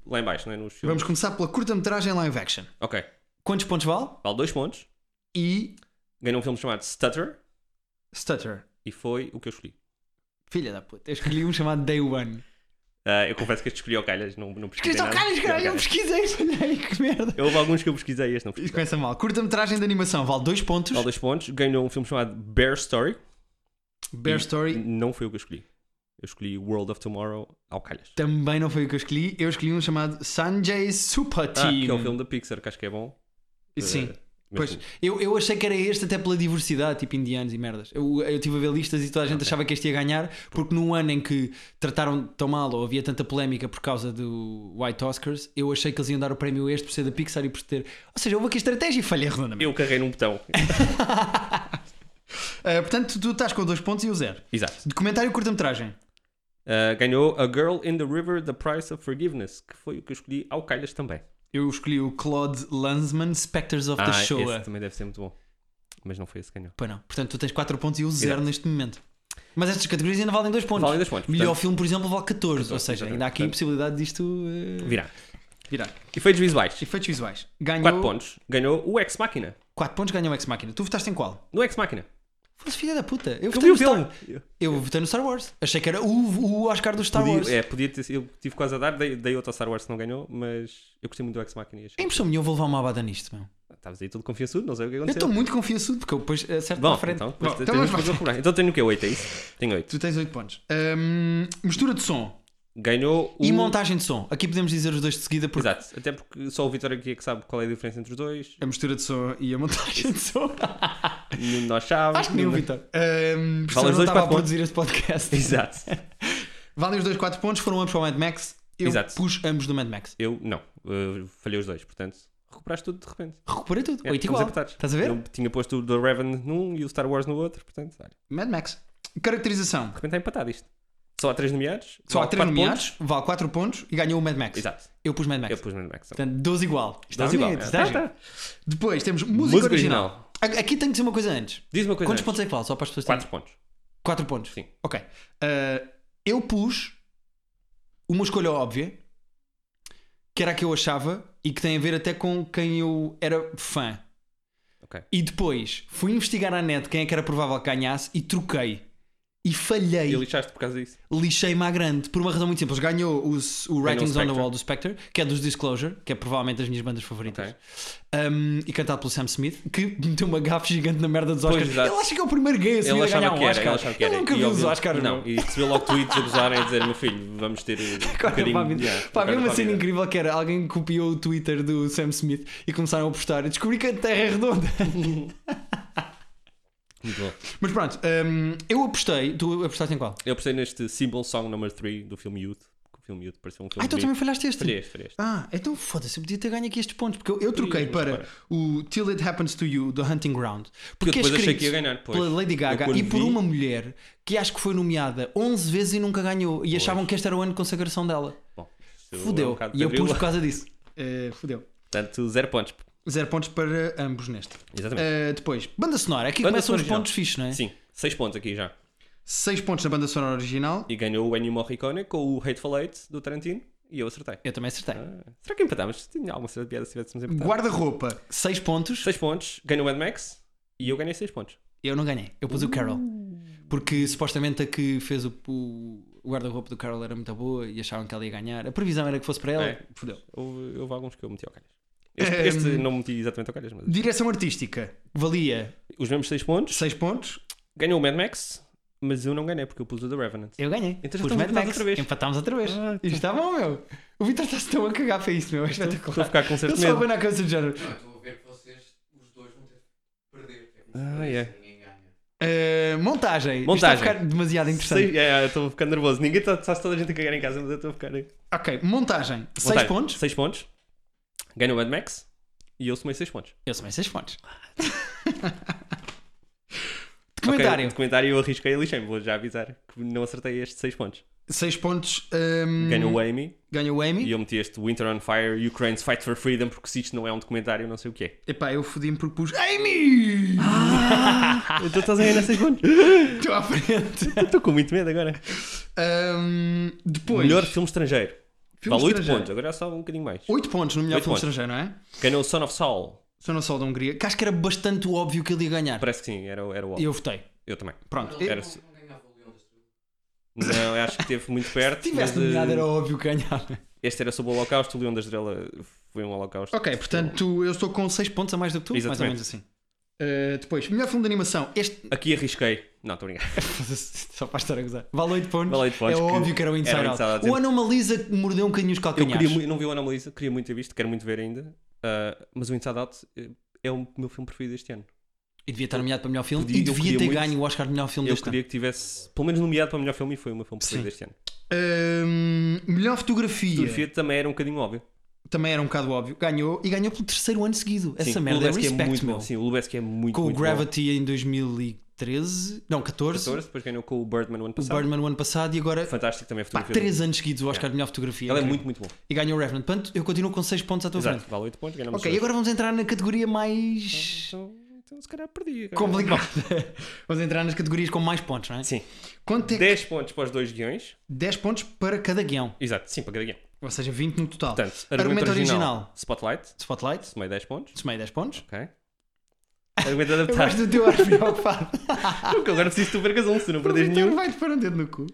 Speaker 2: lá em baixo, não é? Nos filmes.
Speaker 1: Vamos começar pela curta-metragem live action.
Speaker 2: Ok.
Speaker 1: Quantos pontos vale?
Speaker 2: Vale dois pontos.
Speaker 1: E
Speaker 2: Ganhou um filme chamado Stutter
Speaker 1: stutter.
Speaker 2: e foi o que eu escolhi.
Speaker 1: Filha da puta, eu escolhi um chamado Day One.
Speaker 2: Ah, eu confesso que este escolhi ao calhas, não, não pesquisei.
Speaker 1: Escolheste ao
Speaker 2: nada.
Speaker 1: calhas,
Speaker 2: Escolhi ao
Speaker 1: caralho, eu pesquisei, olhei, que merda.
Speaker 2: Houve alguns que eu pesquisei, este não
Speaker 1: Isto
Speaker 2: pesquisei.
Speaker 1: começa mal. Curta-metragem de animação vale 2 pontos.
Speaker 2: Vale dois pontos. Ganhou um filme chamado Bear Story.
Speaker 1: Bear Story
Speaker 2: Não foi o que eu escolhi. Eu escolhi World of Tomorrow ao calhas.
Speaker 1: também não foi o que eu escolhi. Eu escolhi um chamado Sanjay Super
Speaker 2: Ah, que
Speaker 1: Team.
Speaker 2: é um filme da Pixar, que acho que é bom.
Speaker 1: Sim.
Speaker 2: Eh, mas
Speaker 1: Pois, eu, eu achei que era este até pela diversidade, tipo indianos e merdas. Eu, eu tive a ver listas e toda a gente achava que este ia ganhar, porque num ano em que trataram tão mal ou havia tanta polémica por causa do White Oscars, eu achei que eles iam dar o prémio a este por ser da Pixar e por ter. Ou seja, houve aqui estratégia e falha redondamente.
Speaker 2: Eu carrei num botão.
Speaker 1: Ah, portanto, tu estás com dois pontos e o zero.
Speaker 2: Exato.
Speaker 1: Documentário curta-metragem.
Speaker 2: Uh, ganhou A Girl in the River, The Price of Forgiveness, que foi o que eu escolhi ao calhas também.
Speaker 1: Eu escolhi o Claude Lanzmann, Spectres of the é. Shoah.
Speaker 2: Ah, esse também deve ser muito bom. Mas não foi esse que ganhou.
Speaker 1: Pois não. Portanto, tu tens 4 pontos e eu 0
Speaker 2: Exato.
Speaker 1: neste momento. Mas estas categorias ainda valem 2 pontos.
Speaker 2: Valem dois pontos,
Speaker 1: Melhor
Speaker 2: portanto.
Speaker 1: filme, por exemplo, vale 14. ou seja, ainda há aqui a
Speaker 2: Portanto.
Speaker 1: possibilidade disto eh,
Speaker 2: Virá.
Speaker 1: virar.
Speaker 2: Efeitos visuais.
Speaker 1: Efeitos visuais. Ganhou
Speaker 2: 4 pontos. Ganhou o Ex Machina.
Speaker 1: 4 pontos ganhou o Ex Machina. Tu votaste em qual?
Speaker 2: No Ex Machina.
Speaker 1: Fosse filha da puta. Eu
Speaker 2: Eu
Speaker 1: votei,
Speaker 2: vi
Speaker 1: no
Speaker 2: o
Speaker 1: Star...
Speaker 2: filme.
Speaker 1: eu votei no Star Wars. Achei que era o, o Oscar do Star Wars.
Speaker 2: Podia,
Speaker 1: É...
Speaker 2: é, podia ter sido. Eu tive quase a dar, dei, dei outro ao Star Wars que não ganhou, mas eu gostei muito do Ex Machina. e achei- Ah,
Speaker 1: Em impressão minha, eu vou levar uma abada nisto, meu.
Speaker 2: Estavas aí todo confiançudo, não sei o que
Speaker 1: Eu
Speaker 2: aconteceu.
Speaker 1: estou muito confiançudo porque eu depois acerto
Speaker 2: Bom,
Speaker 1: para a frente.
Speaker 2: então,
Speaker 1: Bom,
Speaker 2: mas
Speaker 1: então
Speaker 2: temos
Speaker 1: vamos
Speaker 2: que
Speaker 1: lá.
Speaker 2: procurar. Então tenho o quê? 8, é isso? Tenho 8.
Speaker 1: Tu tens 8 pontos. Hum, mistura de som.
Speaker 2: ganhou o...
Speaker 1: E montagem de som. Aqui podemos dizer os dois de seguida porque
Speaker 2: Exato, até porque só o Vitor aqui é que sabe qual é a diferença entre os dois.
Speaker 1: a mistura de som e a montagem de som.
Speaker 2: Nenhum de nós sabe.
Speaker 1: Acho que nem o Vitor. Um,
Speaker 2: Vale
Speaker 1: Fala
Speaker 2: os
Speaker 1: não estava
Speaker 2: dois,
Speaker 1: a
Speaker 2: quatro pontos.
Speaker 1: produzir este podcast.
Speaker 2: Exato.
Speaker 1: Valem os dois 4 pontos, foram ambos para o Mad Max. Eu
Speaker 2: Exato.
Speaker 1: pus ambos do Mad Max.
Speaker 2: Eu não. Uh, falhei os dois, portanto, recuperaste tudo de repente.
Speaker 1: Recuperei tudo.
Speaker 2: É,
Speaker 1: Oito
Speaker 2: estamos
Speaker 1: igual.
Speaker 2: apertados.
Speaker 1: Estás a ver?
Speaker 2: Eu tinha posto o The Raven num e o Star Wars no outro, portanto, olha, de
Speaker 1: Mad Max. Caracterização.
Speaker 2: repente está empatado isto. Só há três nomeados.
Speaker 1: Só há
Speaker 2: vale
Speaker 1: 3
Speaker 2: quatro
Speaker 1: nomeados, vale 4 pontos e ganhou o Mad
Speaker 2: pontos.
Speaker 1: Max.
Speaker 2: Exato.
Speaker 1: Eu pus Mad Max.
Speaker 2: Eu pus Mad Max.
Speaker 1: Portanto, 12 igual. Está
Speaker 2: Dois igual.
Speaker 1: bonito,
Speaker 2: É,
Speaker 1: está
Speaker 2: tá,
Speaker 1: giro.
Speaker 2: tá.
Speaker 1: Depois temos música,
Speaker 2: Música
Speaker 1: original. A- Aqui tenho que dizer uma coisa antes.
Speaker 2: Diz uma coisa.
Speaker 1: Quantos
Speaker 2: antes.
Speaker 1: pontos é que vale? Só para as pessoas terem-
Speaker 2: Quatro pontos.
Speaker 1: Quatro pontos?
Speaker 2: Sim.
Speaker 1: Ok. Ah, eu pus uma escolha óbvia, que era a que eu achava e que tem a ver até com quem eu era fã.
Speaker 2: Ok.
Speaker 1: E depois fui investigar à net quem é que era provável que ganhasse e troquei. E falhei.
Speaker 2: E lixaste por causa disso.
Speaker 1: Lixei-me à grande, por uma razão muito simples. Ganhou o, s- o Writings on the
Speaker 2: Spectre.
Speaker 1: Wall do Spectre, que é dos Disclosure, que é provavelmente das minhas bandas favoritas.
Speaker 2: Ok.
Speaker 1: Um, e cantado pelo Sam Smith, que meteu uma gafe gigante na merda dos Oscars.
Speaker 2: exato.
Speaker 1: ele acha que é o primeiro gay a subir
Speaker 2: Ele
Speaker 1: a ganhar
Speaker 2: achava,
Speaker 1: um
Speaker 2: que era,
Speaker 1: Oscar.
Speaker 2: ele achava que era.
Speaker 1: nunca
Speaker 2: E
Speaker 1: viu os
Speaker 2: obviamente-
Speaker 1: Oscars, meu.
Speaker 2: Não, e recebeu logo tweets a gozarem a dizer: meu filho, vamos ter um
Speaker 1: Agora,
Speaker 2: bocadinho.
Speaker 1: pá, vi-
Speaker 2: yeah,
Speaker 1: pá, assim vi uma
Speaker 2: agora para a
Speaker 1: cena
Speaker 2: vida."
Speaker 1: incrível que era alguém copiou o Twitter do Sam Smith e começaram a postar. Descobri que a Terra é redonda.
Speaker 2: Muito bom.
Speaker 1: Mas pronto, hum, eu apostei. Tu apostaste em qual?
Speaker 2: Eu apostei neste Symbol Song number 3 do filme Youth. Porque o filme Youth pareceu um filme.
Speaker 1: Ah, então também
Speaker 2: bonito.
Speaker 1: falhaste este.
Speaker 2: Falhei este, falhei este.
Speaker 1: Ah, então foda-se, eu podia ter ganho aqui estes pontos. Porque eu, eu troquei
Speaker 2: mas
Speaker 1: para
Speaker 2: para.
Speaker 1: o Till It Happens to You do Hunting Ground. Porque
Speaker 2: eu depois
Speaker 1: é
Speaker 2: achei
Speaker 1: escrito
Speaker 2: que ia ganhar, pois.
Speaker 1: pela Lady Gaga
Speaker 2: Eu quando
Speaker 1: e por
Speaker 2: vi-
Speaker 1: uma mulher que acho que foi nomeada 11 vezes e nunca ganhou. E achavam que este era o ano de consagração dela.
Speaker 2: Bom, isto é um
Speaker 1: Fudeu.
Speaker 2: bocado
Speaker 1: e eu pus
Speaker 2: pedrilo.
Speaker 1: por causa disso. Eh, fudeu.
Speaker 2: Portanto, zero pontos.
Speaker 1: Zero pontos para ambos neste.
Speaker 2: Exatamente.
Speaker 1: Uh, depois, banda sonora. Aqui
Speaker 2: Banda
Speaker 1: começam os
Speaker 2: sonora original.
Speaker 1: pontos fixos, não é?
Speaker 2: Sim, seis pontos aqui já.
Speaker 1: 6 pontos na banda sonora original.
Speaker 2: E ganhou o Ennio Morricone com o Hateful Eight do Tarantino e eu acertei.
Speaker 1: Eu também acertei.
Speaker 2: Ah, será que empatámos? Tinha alguma certa piada se tivéssemos empatado.
Speaker 1: Guarda-roupa, 6 pontos.
Speaker 2: Seis pontos, ganhou o Mad Max e eu ganhei seis pontos.
Speaker 1: Eu não ganhei. Eu pus o Carol. Porque supostamente a que fez o, o guarda-roupa do Carol era muito boa e achavam que ela ia ganhar. A previsão era que fosse para ela.
Speaker 2: É.
Speaker 1: Fudeu.
Speaker 2: Houve, houve alguns que eu meti ao calhas. Este,
Speaker 1: Ehm.
Speaker 2: este não meti exatamente ao calhas, mas
Speaker 1: Direção artística, valia
Speaker 2: os mesmos seis pontos.
Speaker 1: 6 pontos.
Speaker 2: Ganhou o Mad Max, mas eu não ganhei porque eu pus o The Revenant.
Speaker 1: Eu ganhei.
Speaker 2: Então já
Speaker 1: Pus
Speaker 2: estamos
Speaker 1: Mad
Speaker 2: empatados
Speaker 1: Max.
Speaker 2: outra vez.
Speaker 1: Empatámos outra vez.
Speaker 2: Ah, então.
Speaker 1: Isto está bom, meu. O Vitor está-se tão a cagar para isso, meu. É
Speaker 2: Estou a
Speaker 1: espetacular.
Speaker 2: ficar com um
Speaker 1: Eu
Speaker 2: certo
Speaker 1: sou
Speaker 2: medo.
Speaker 1: bem na cabeça do género.
Speaker 3: Não, eu estou a ver que vocês, os dois, vão ter que perder. É como
Speaker 2: Ah,
Speaker 3: se
Speaker 2: é.
Speaker 3: Ninguém ganha.
Speaker 1: Eh, montagem. Isto está a
Speaker 2: Montagem.
Speaker 1: ficar demasiado interessante.
Speaker 2: Sei- é, é, eu Estou a ficar nervoso. Ninguém está tá toda a gente a cagar em casa, mas eu estou a ficar.
Speaker 1: Ok, montagem. 6
Speaker 2: Montagem,
Speaker 1: pontos.
Speaker 2: seis pontos. Ganhou o Mad Max e eu somei seis pontos.
Speaker 1: Eu somei 6 pontos.
Speaker 2: Ok,
Speaker 1: Documentário.
Speaker 2: documentário eu arrisquei a lixei vou já avisar que não acertei estes 6 pontos.
Speaker 1: 6 pontos. hum,
Speaker 2: Ganhou o Amy
Speaker 1: ganhou o Amy.
Speaker 2: e eu meti este Winter on Fire, Ukraine's Fight for Freedom, porque se isto não é um documentário, não sei o que é.
Speaker 1: Epá, eu fodi-me porque pus Amy!
Speaker 2: Então estás a ganhar 6 pontos.
Speaker 1: Estou à frente.
Speaker 2: Estou com muito medo agora.
Speaker 1: Hum, depois.
Speaker 2: Melhor filme estrangeiro.
Speaker 1: Filme
Speaker 2: vale 8
Speaker 1: estrangeiro.
Speaker 2: pontos, agora é só um bocadinho mais.
Speaker 1: 8 pontos no melhor
Speaker 2: Oito
Speaker 1: filme
Speaker 2: pontos.
Speaker 1: estrangeiro, não é?
Speaker 2: Ganhou o Son of Saul.
Speaker 1: Sou não só da Hungria. Que acho que era bastante óbvio que ele ia ganhar.
Speaker 2: Parece que sim, era, o- era o
Speaker 1: E
Speaker 2: Wall.
Speaker 1: eu votei.
Speaker 2: Eu também.
Speaker 1: Pronto.
Speaker 3: Não,
Speaker 1: Eu,
Speaker 2: Era-
Speaker 3: não, não ganhava o Leão das Trevas.
Speaker 2: Não, eu acho que esteve muito
Speaker 1: se
Speaker 2: perto.
Speaker 1: tivesse
Speaker 2: mas, eh,
Speaker 1: nomeado, era óbvio que ganhava.
Speaker 2: Este era sobre o Holocausto, o Leão da Estrela foi um Holocausto.
Speaker 1: Ok, portanto, eu estou com 6 pontos a mais do que tu. Mais ou
Speaker 2: Exatamente.
Speaker 1: menos assim. Uh, depois, melhor filme de animação. Este.
Speaker 2: Aqui arrisquei. Não, estou a brincar.
Speaker 1: Só para estar a gozar. Vale 8 pontos.
Speaker 2: Vale oito pontos,
Speaker 1: É
Speaker 2: que
Speaker 1: óbvio que era o Inside,
Speaker 2: era o Inside
Speaker 1: Out.
Speaker 2: Out.
Speaker 1: O Anomalisa mordeu um bocadinho os
Speaker 2: Eu
Speaker 1: calcanhares.
Speaker 2: queria, mui- não vi o Anomalisa, queria muito ter visto, quero muito ver ainda. ah, mas o Inside Out eh, é o meu filme preferido este ano.
Speaker 1: E devia estar nomeado para melhor filme.
Speaker 2: Podia-
Speaker 1: e
Speaker 2: eu
Speaker 1: devia
Speaker 2: queria
Speaker 1: ter
Speaker 2: muito-
Speaker 1: ganho o Oscar de melhor filme
Speaker 2: Eu
Speaker 1: deste ano.
Speaker 2: queria que tivesse, pelo menos, nomeado para o melhor filme e foi o meu filme preferido
Speaker 1: Sim.
Speaker 2: este ano.
Speaker 1: Hum, melhor fotografia.
Speaker 2: Fotografia também era um bocadinho óbvio.
Speaker 1: Também era um bocado óbvio. Ganhou. E ganhou pelo terceiro ano seguido. Essa
Speaker 2: Sim, o
Speaker 1: merda é
Speaker 2: Lubeski
Speaker 1: respect,
Speaker 2: é muito
Speaker 1: meu.
Speaker 2: bom. Sim, o Lubeski é muito,
Speaker 1: Com o
Speaker 2: muito
Speaker 1: Gravity em 2013. Não, 14.
Speaker 2: bom. 14, depois ganhou com o Birdman o ano
Speaker 1: O
Speaker 2: passado.
Speaker 1: Birdman o ano passado. E agora,
Speaker 2: Fantástico também a
Speaker 1: pá,
Speaker 2: fotografia.
Speaker 1: 3 anos seguidos o Oscar de melhor fotografia.
Speaker 2: Ela é
Speaker 1: Incrível.
Speaker 2: muito, muito bom.
Speaker 1: E ganhou o Revenant. Portanto, eu continuo com 6 pontos à tua
Speaker 2: Exato,
Speaker 1: frente.
Speaker 2: vale 8 pontos, ganhamos
Speaker 1: Ok, e
Speaker 2: dois.
Speaker 1: agora vamos entrar na categoria mais.
Speaker 2: Então, então se calhar perdi. agora.
Speaker 1: complicada. vamos entrar nas categorias com mais pontos, não é?
Speaker 2: Sim,
Speaker 1: Quanto é que-
Speaker 2: 10 pontos para os dois guiões.
Speaker 1: 10 pontos para cada guião.
Speaker 2: Exato, sim, para cada guião.
Speaker 1: Ou seja, 20 no total.
Speaker 2: Portanto,
Speaker 1: Argumento original.
Speaker 2: Spotlight,
Speaker 1: Spotlight,
Speaker 2: somei 10 pontos.
Speaker 1: somei 10 pontos.
Speaker 2: Ok. Argumento
Speaker 1: Eu
Speaker 2: adaptado.
Speaker 1: gosto do teu ar preocupado.
Speaker 2: Porque agora preciso que tu percas um, se não perdes
Speaker 1: Então
Speaker 2: nenhum.
Speaker 1: vai-te pôr um dedo no cu.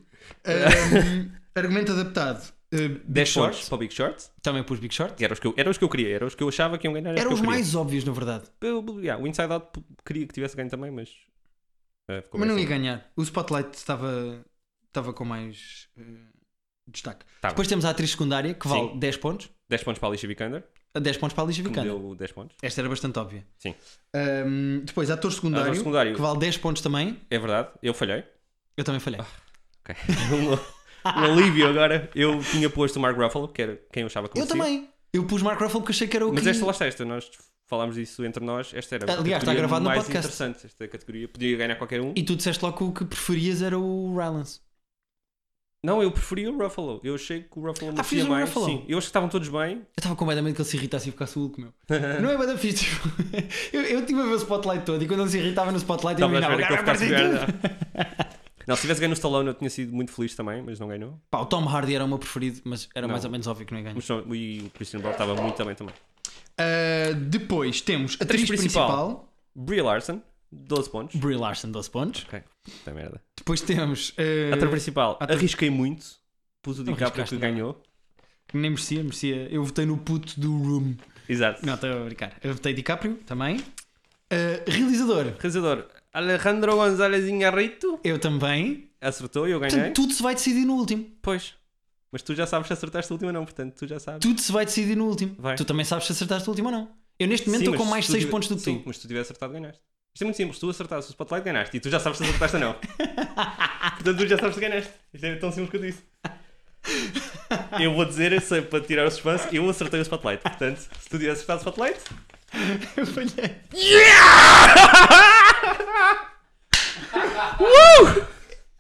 Speaker 1: Ahm, argumento adaptado. Uh, Big
Speaker 2: 10
Speaker 1: Short.
Speaker 2: pontos para o Big Short.
Speaker 1: Também pus Big Short.
Speaker 2: que Era os que eu, era os que eu queria, era os que eu achava É que iam ganhar. era
Speaker 1: Eram
Speaker 2: que
Speaker 1: os
Speaker 2: eu queria.
Speaker 1: mais óbvios, na verdade.
Speaker 2: Eu- yeah, o Inside Out p- queria que tivesse ganho também, mas. ah, ficou
Speaker 1: Mas
Speaker 2: bem
Speaker 1: não ia
Speaker 2: assim.
Speaker 1: ganhar. O Spotlight estava, estava com mais. eh, destaque.
Speaker 2: Tá
Speaker 1: Depois temos a atriz secundária, que vale
Speaker 2: Sim.
Speaker 1: 10 pontos.
Speaker 2: 10 pontos para a Alicia Vikander,
Speaker 1: A 10 pontos para a Alicia
Speaker 2: que me
Speaker 1: Vikander.
Speaker 2: deu 10 pontos.
Speaker 1: Esta era bastante óbvia.
Speaker 2: Sim.
Speaker 1: Ahm, depois, ator secundário,
Speaker 2: Ator secundário.
Speaker 1: que vale 10 pontos também.
Speaker 2: É verdade, eu falhei.
Speaker 1: Eu também falhei.
Speaker 2: Ah, Ok. um, um alívio agora. Eu tinha posto o Mark Ruffalo, que era quem eu achava que
Speaker 1: eu
Speaker 2: merecia.
Speaker 1: também. Eu pus Mark Ruffalo porque achei que era o
Speaker 2: Mas
Speaker 1: que...
Speaker 2: esta lá está, esta, nós falámos disso entre nós. Esta era a
Speaker 1: Aliás, está
Speaker 2: categoria
Speaker 1: gravado no
Speaker 2: mais
Speaker 1: podcast.
Speaker 2: interessante. Esta categoria podia ganhar qualquer um.
Speaker 1: E tu disseste logo que o que preferias era o Rylance.
Speaker 2: Não, eu preferia o Ruffalo. Eu achei que o Ruffalo
Speaker 1: Ah,
Speaker 2: merecia
Speaker 1: fiz o
Speaker 2: mais.
Speaker 1: Ruffalo.
Speaker 2: Sim, eu acho que estavam todos bem.
Speaker 1: Eu estava com medo que ele se irritasse e ficasse o Hulk, meu. Não é bada fixe. tipo, eu, eu tive a ver o spotlight todo e quando ele se irritava no spotlight eu
Speaker 2: Estava a
Speaker 1: imaginava. "Ah, é
Speaker 2: esperar que eu
Speaker 1: "Agora
Speaker 2: ficasse
Speaker 1: vai aparecer
Speaker 2: melhor. Não, se tivesse ganho o Stallone, eu tinha sido muito feliz também, mas não ganhou.
Speaker 1: tudo." Pá, o Tom Hardy era o meu preferido, mas era
Speaker 2: Não.
Speaker 1: mais ou menos óbvio que não ia ganhar.
Speaker 2: Mas não- e o Christian Bale estava muito bem também.
Speaker 1: Ah, depois temos a atriz
Speaker 2: Atriz principal.
Speaker 1: principal,
Speaker 2: Brie Larson, 12 pontos.
Speaker 1: Brie Larson, 12 pontos.
Speaker 2: Ok, puta merda.
Speaker 1: Depois temos. ah,
Speaker 2: Eh, Ator principal,
Speaker 1: ator-
Speaker 2: arrisquei muito. Pus o DiCaprio
Speaker 1: arriscaste
Speaker 2: que
Speaker 1: nada.
Speaker 2: ganhou.
Speaker 1: que nem merecia, merecia. Eu votei no puto do Room.
Speaker 2: Exato.
Speaker 1: Não, estou a brincar. Eu votei DiCaprio também. Ah, realizador,
Speaker 2: Realizador, Alejandro González Inarritu.
Speaker 1: eu também.
Speaker 2: Acertou e eu ganhei.
Speaker 1: Portanto, tudo se vai decidir no último.
Speaker 2: Pois. Mas tu já sabes se acertaste a última não, portanto tu já sabes.
Speaker 1: Tudo se vai decidir no último.
Speaker 2: Vai.
Speaker 1: Tu também sabes se acertaste o último ou não. Eu neste
Speaker 2: Sim,
Speaker 1: momento
Speaker 2: mas
Speaker 1: estou com
Speaker 2: se
Speaker 1: mais
Speaker 2: tu
Speaker 1: 6
Speaker 2: tiver-
Speaker 1: pontos do que
Speaker 2: Sim,
Speaker 1: tu.
Speaker 2: mas se tu tivesse acertado, ganhaste. Isto é muito simples. Tu acertaste o spotlight, ganhaste. E tu já sabes se acertaste ou não. Portanto, tu já sabes se ganhaste. Isto é tão simples quanto isso. Eu vou dizer, eu sei, para tirar o suspense, eu acertei o spotlight. Portanto, se tu tivesse acertado o spotlight,
Speaker 1: Eu falhei.
Speaker 2: Uh!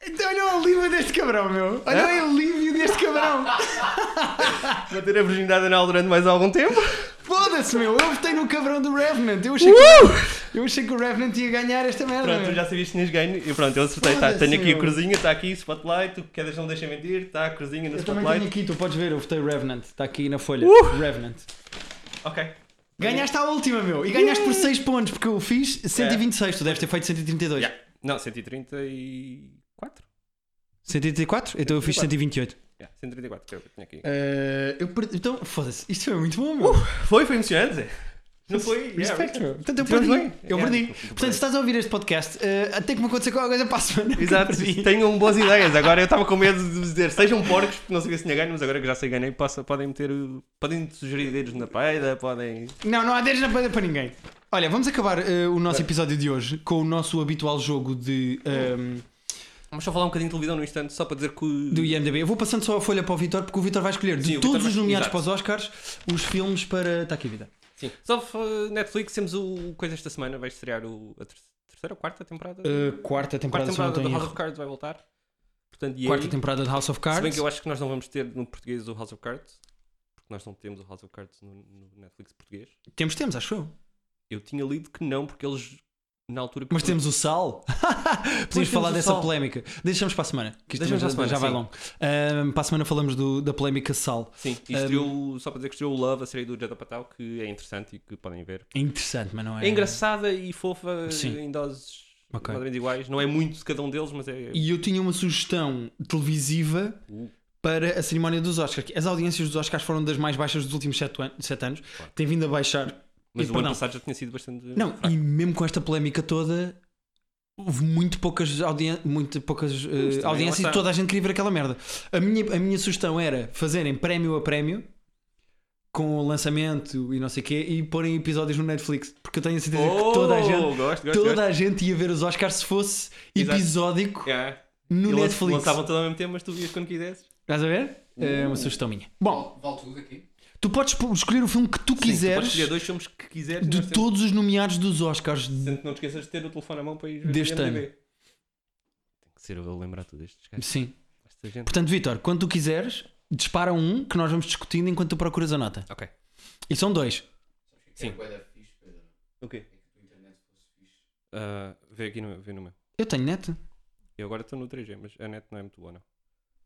Speaker 1: Então olha o alívio deste cabrão, meu. Olha
Speaker 2: É?
Speaker 1: o alívio deste cabrão.
Speaker 2: vou ter a virgindade anal durante mais algum tempo.
Speaker 1: Foda-se, meu. Eu votei no cabrão do Revenant. Eu achei, que, eu achei que o Revenant ia ganhar esta merda.
Speaker 2: Uh! Pronto, tu
Speaker 1: meu.
Speaker 2: já sabias que tinhas ganho. E pronto, eu acertei. Tá, tenho aqui
Speaker 1: Foda-se,
Speaker 2: a cruzinha, está aqui, spotlight. O que queres não me deixa mentir. Está Uh! a cruzinha no
Speaker 1: Eu também tenho
Speaker 2: spotlight.
Speaker 1: aqui, tu podes ver. Eu votei Revenant. Está aqui na folha. Revenant.
Speaker 2: Ok.
Speaker 1: Ganhaste à última, meu. E ganhaste por 6 pontos, porque eu fiz 126. Tu deves ter feito 132.
Speaker 2: É. Yeah. Não, 134?
Speaker 1: 134? Então eu fiz 128.
Speaker 2: Yeah, 134 que eu tinha aqui.
Speaker 1: eu perdi. Então, foda-se. Isto foi muito bom, meu.
Speaker 2: Foi, foi emocionante. Zé. Não foi? Yeah,
Speaker 1: Respect, meu. Portanto, eu
Speaker 2: Tivemos
Speaker 1: perdi.
Speaker 2: bem.
Speaker 1: Então Eu
Speaker 2: Yeah,
Speaker 1: perdi.
Speaker 2: tu- tu
Speaker 1: Portanto, se estás a ouvir este podcast, eh, até que me aconteça qualquer coisa para a semana. que eu
Speaker 2: Exato,
Speaker 1: perdi.
Speaker 2: tenham boas ideias. Agora eu estava com medo de dizer sejam porcos, porque não sabia se tinha ganho, mas agora que já sei que ganhei, possa- podem meter. o- Podem sugerir dedos na peida, podem.
Speaker 1: Não, não há 10 na pedra para ninguém. Olha, vamos acabar eh, o nosso episódio de hoje com o nosso habitual jogo de, ehm,
Speaker 2: Vamos só falar um bocadinho de televisão no instante, só para dizer que. o-
Speaker 1: do IMDB. Eu vou passando só a folha para o Vitor, porque o Vitor vai escolher de
Speaker 2: Sim, o
Speaker 1: todos
Speaker 2: Vítor
Speaker 1: os
Speaker 2: vai-
Speaker 1: nomeados
Speaker 2: Exato.
Speaker 1: para os Oscars os filmes para. Está aqui, vida.
Speaker 2: Sim. Só uh, Netflix, temos o coisa esta semana, vai estrear o, a ter- terceira ou quarta temporada?
Speaker 1: Eh, quarta temporada,
Speaker 2: quarta
Speaker 1: se eu não
Speaker 2: temporada
Speaker 1: estou
Speaker 2: do
Speaker 1: em
Speaker 2: House
Speaker 1: erro.
Speaker 2: of Cards vai voltar. Portanto, e
Speaker 1: Quarta
Speaker 2: aí?
Speaker 1: temporada de House of
Speaker 2: Se bem
Speaker 1: Cards.
Speaker 2: que eu acho que nós não vamos ter no português o House of Cards, porque nós não temos o House of Cards no, no Netflix português.
Speaker 1: Temos, temos, acho eu.
Speaker 2: Eu tinha lido que não, porque eles na altura.
Speaker 1: Mas temos o sal.
Speaker 2: temos
Speaker 1: Podemos falar
Speaker 2: o
Speaker 1: dessa
Speaker 2: sal.
Speaker 1: polémica. Deixamos para a semana. Que isto também
Speaker 2: Deixamos para a
Speaker 1: já
Speaker 2: semana,
Speaker 1: vai
Speaker 2: sim.
Speaker 1: longo. Ahm, para a semana falamos do- da polémica sal.
Speaker 2: Sim, e estreou, só para dizer que estreou o Love, a série do Jada Patel, que é interessante e que podem ver.
Speaker 1: É interessante, mas não é.
Speaker 2: É engraçada e fofa
Speaker 1: Sim.
Speaker 2: em doses
Speaker 1: Ok.
Speaker 2: mais ou menos iguais. Não é muito de cada um deles, mas é.
Speaker 1: E eu tinha uma sugestão televisiva
Speaker 2: Uh.
Speaker 1: para a cerimónia dos Oscars. As audiências dos Oscars foram das mais baixas dos últimos 7 anos. Tem vindo a baixar.
Speaker 2: mas
Speaker 1: e,
Speaker 2: o
Speaker 1: perdão.
Speaker 2: ano passado já tinha sido bastante.
Speaker 1: Não,
Speaker 2: fraco.
Speaker 1: e mesmo com esta polémica toda, houve muito poucas, audien muito poucas eh,
Speaker 2: também lá
Speaker 1: audiências e
Speaker 2: está.
Speaker 1: toda a gente queria ver aquela merda. A minha, a minha sugestão era fazerem prémio a prémio com o lançamento e não sei o quê e porem episódios no Netflix, porque eu tenho a certeza
Speaker 2: Oh,
Speaker 1: que toda a gente.
Speaker 2: Gosto, gosto,
Speaker 1: Toda
Speaker 2: gosto.
Speaker 1: a gente ia ver os Oscars se fosse
Speaker 2: Exato.
Speaker 1: episódico
Speaker 2: Yeah.
Speaker 1: no
Speaker 2: Eles
Speaker 1: Netflix.
Speaker 2: É. lançavam Uh. tudo ao mesmo tempo, mas tu vias quando quisesses.
Speaker 1: Estás a ver? É uma sugestão minha. Bom,
Speaker 3: Vale, vale tudo aqui.
Speaker 1: tu podes po- escolher o filme que tu quiseres
Speaker 2: Podes escolher dois filmes que quiseres.
Speaker 1: de
Speaker 2: nós temos-
Speaker 1: todos os nomeados dos Oscars.
Speaker 2: Portanto, não te esqueças de ter o telefone à mão para ir ver
Speaker 1: Deste
Speaker 2: o IMDb. Tem que ser eu a lembrar tudo destes gajos.
Speaker 1: Sim.
Speaker 2: Esta gente.
Speaker 1: Portanto, Vitor, quando tu quiseres, dispara um que nós vamos discutindo enquanto tu procuras a nota.
Speaker 2: Ok.
Speaker 1: E são dois.
Speaker 2: Sim.
Speaker 3: Sim. Era fixe, Pedro.
Speaker 2: O quê?
Speaker 3: É que a internet fosse fixe.
Speaker 2: Ah, vê aqui no, vê no meu.
Speaker 1: Eu tenho net.
Speaker 2: Eu agora estou no 3G, mas a net não é muito boa, não.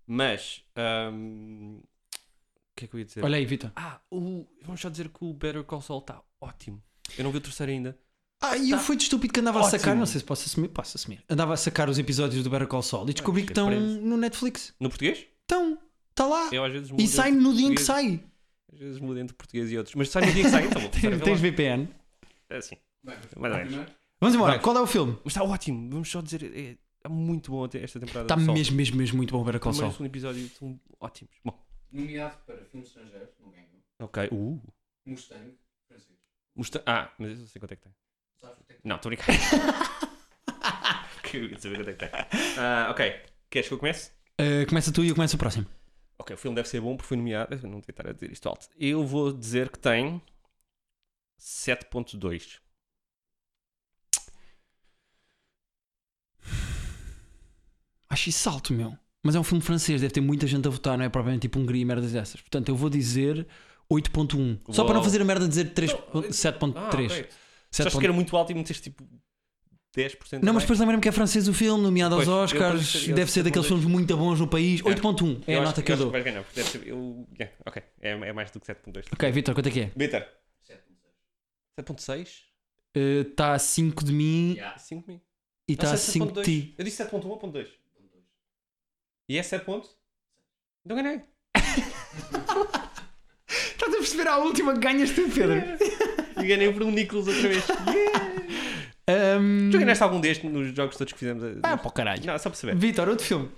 Speaker 2: Mas. ahm, O que é que eu ia dizer?
Speaker 1: Olha aí, Vitor.
Speaker 2: Ah, o... vamos só dizer que o Better Call Saul está ótimo. Eu não vi o terceiro ainda.
Speaker 1: Ah, e eu fui de estúpido que andava a
Speaker 2: Ótimo.
Speaker 1: sacar, não sei se posso assumir, posso assumir. Andava a sacar os episódios do Better Call Saul e descobri
Speaker 2: Ah,
Speaker 1: que estão
Speaker 2: surpresa.
Speaker 1: no Netflix.
Speaker 2: No português?
Speaker 1: Estão, está lá.
Speaker 2: Eu às vezes mudo
Speaker 1: E sai
Speaker 2: entre
Speaker 1: no dia em que
Speaker 2: português-
Speaker 1: sai.
Speaker 2: Às vezes mudo entre português e outros. Mas sai no dia em que sai, então vou começar a ver
Speaker 1: Tens
Speaker 2: lá.
Speaker 1: VPN.
Speaker 2: É assim. é
Speaker 3: Bem,
Speaker 2: Mais ou menos.
Speaker 3: primeiro,
Speaker 1: Vamos embora,
Speaker 2: Vamos.
Speaker 1: qual é o filme?
Speaker 2: Mas está ótimo. Vamos só dizer. é, Está muito bom até esta temporada.
Speaker 1: Está
Speaker 2: do Sol.
Speaker 1: Tá mesmo, mesmo, mesmo muito bom ver a
Speaker 2: O primeiro e
Speaker 1: console.
Speaker 2: o segundo episódio são ótimos. Bom,
Speaker 3: Nomeado para filme estrangeiro, não ganhou.
Speaker 2: ok. Uh,
Speaker 3: Mustang, francês.
Speaker 2: Musta- Ah, mas eu não sei quanto é que tem.
Speaker 3: Sabes o que é que
Speaker 2: Não, estou a brincar. Queria saber quanto é que tem. Ah, ok. Queres que eu comece?
Speaker 1: Uh, começa tu e eu começo o próximo.
Speaker 2: Ok, o filme deve ser bom porque foi nomeado. Eu não devia estar a dizer isto alto. Eu vou dizer que tem 7.2.
Speaker 1: Acho isso alto, meu. Mas é um filme francês, deve ter muita gente a votar, não é provavelmente tipo Hungria e merdas dessas. Portanto, eu vou dizer 8.1. Só para não
Speaker 2: Uau.
Speaker 1: fazer a merda de dizer 3,
Speaker 2: Então,
Speaker 1: 7.3.
Speaker 2: Ah, ok. Tu
Speaker 1: 7.3.
Speaker 2: achaste que era muito alto e meteste tipo 10%.
Speaker 1: Não, mas
Speaker 2: também?
Speaker 1: depois lembrei-me que é francês o filme, nomeado aos
Speaker 2: um Pois, eu
Speaker 1: Oscars,
Speaker 2: pensei- eu
Speaker 1: deve ser
Speaker 2: pensei-
Speaker 1: daqueles filmes muito bons no país.
Speaker 2: tipo É.
Speaker 1: 8.1 é a
Speaker 2: acho-
Speaker 1: nota que eu
Speaker 2: acho
Speaker 1: dou.
Speaker 2: vais ganhar, porque deve ser- eu- yeah, ok, é, é mais do que 7.2.
Speaker 1: Ok, Vitor, quanto é que é?
Speaker 2: Bitter.
Speaker 3: é? 7.6.
Speaker 2: 7.6?
Speaker 1: Está Eh, tá a 5 de mim
Speaker 3: Yeah.
Speaker 2: 5 mil.
Speaker 1: e
Speaker 2: Tá
Speaker 1: está a 5 de ti.
Speaker 2: Eu disse 7.1 ou 7.2? E é 7 pontos? Não ganhei.
Speaker 1: Estás a perceber a última que ganhas tu, Pedro?
Speaker 2: E ganhei por um Nicholas outra vez. Yeah.
Speaker 1: Um...
Speaker 2: Tu ganhaste algum deste nos jogos todos que fizemos?
Speaker 1: Ah, para o caralho.
Speaker 2: Não, só para saber.
Speaker 1: Vitor, outro filme.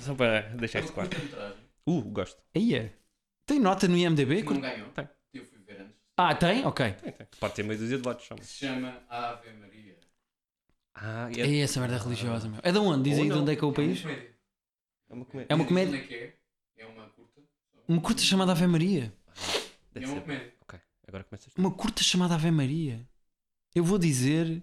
Speaker 2: Só para deixar isso claro.
Speaker 3: curta-metragem.
Speaker 2: Uh, gosto.
Speaker 1: Aí é. Tem nota no IMDB?
Speaker 3: Não ganhou.
Speaker 2: Tem.
Speaker 3: Eu fui ver antes.
Speaker 1: Ah, tem? Ok.
Speaker 2: Tem, tem. Pode ter meio dúzia de votos. chama.
Speaker 3: Se chama Ave Maria.
Speaker 2: Ah, é,
Speaker 1: É essa merda religiosa, meu. É de onde? Diz
Speaker 2: Ou
Speaker 1: aí de
Speaker 2: não.
Speaker 1: onde é que é o
Speaker 3: É uma
Speaker 1: país?
Speaker 3: comédia.
Speaker 2: é uma comédia.
Speaker 1: É uma comédia.
Speaker 3: Onde é que é? É uma curta.
Speaker 1: Uma curta chamada Ave Maria. um
Speaker 2: Deve
Speaker 3: É uma
Speaker 2: ser.
Speaker 3: comédia.
Speaker 2: Ok, agora começas.
Speaker 1: Uma curta chamada Ave Maria. Eu vou dizer.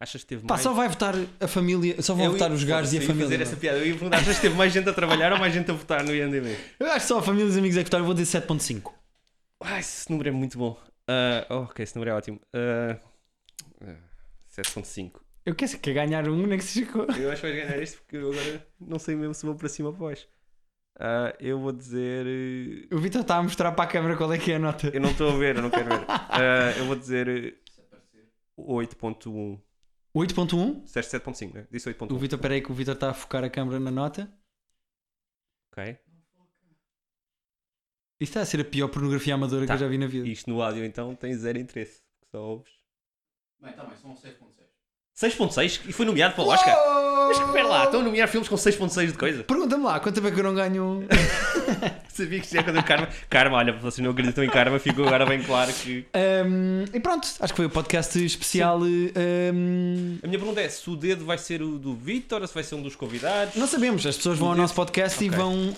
Speaker 2: Achas que teve
Speaker 1: Pá,
Speaker 2: mais...
Speaker 1: só vai votar a família. Só vão
Speaker 2: Eu
Speaker 1: votar
Speaker 2: ia-
Speaker 1: os gajos e a
Speaker 2: eu ia
Speaker 1: família.
Speaker 2: fazer essa piada. Eu ia perguntar, achas que teve mais gente a trabalhar ou mais gente a votar no INDB?
Speaker 1: Eu acho que só a família e os amigos é que votaram. Eu vou dizer 7.5.
Speaker 2: Ai, esse número é muito bom. Ah, oh, ok, esse número é ótimo. Ah, ah, 7.5.
Speaker 1: Eu quero
Speaker 2: é
Speaker 1: que ganhar um, nem que seja. co-
Speaker 2: Eu acho que vais ganhar este porque eu agora não sei mesmo se vou para cima ou para baixo. Ah, eu vou dizer. eh,
Speaker 1: O Vitor está a mostrar para a câmera qual é que é a nota.
Speaker 2: Eu não estou a ver, eu não quero ver. Ah, eu vou dizer eh, 8.1.
Speaker 1: 8.1.
Speaker 2: Disseste 7.5, né? Disse
Speaker 1: O
Speaker 2: 8.1.
Speaker 1: Vitor, peraí, que o Vitor está a focar a câmera na nota.
Speaker 2: Ok.
Speaker 1: Isto está a ser a pior pornografia amadora
Speaker 2: Tá.
Speaker 1: que eu já vi na vida.
Speaker 2: E Isto no áudio então tem zero interesse. Só ouves.
Speaker 3: Bem, tá bem, são 6.6.
Speaker 2: 6.6 e foi nomeado para é o Oscar. Mas espera lá, então- estão a nomear filmes com 6.6 de coisa.
Speaker 1: Oh! Pergunta-me lá, quanto tempo é que eu não ganho um?
Speaker 2: Sabia que isto ia acontecer com Karma. Karma, olha, vocês não acreditam em Karma, ficou agora bem claro que.
Speaker 1: Um, e pronto, acho que foi o podcast especial. um,
Speaker 2: A minha pergunta é: se o dedo vai ser o do Vitor ou se vai ser um dos convidados?
Speaker 1: não sabemos, as pessoas vão ao nosso podcast e
Speaker 2: Ok.
Speaker 1: vão um,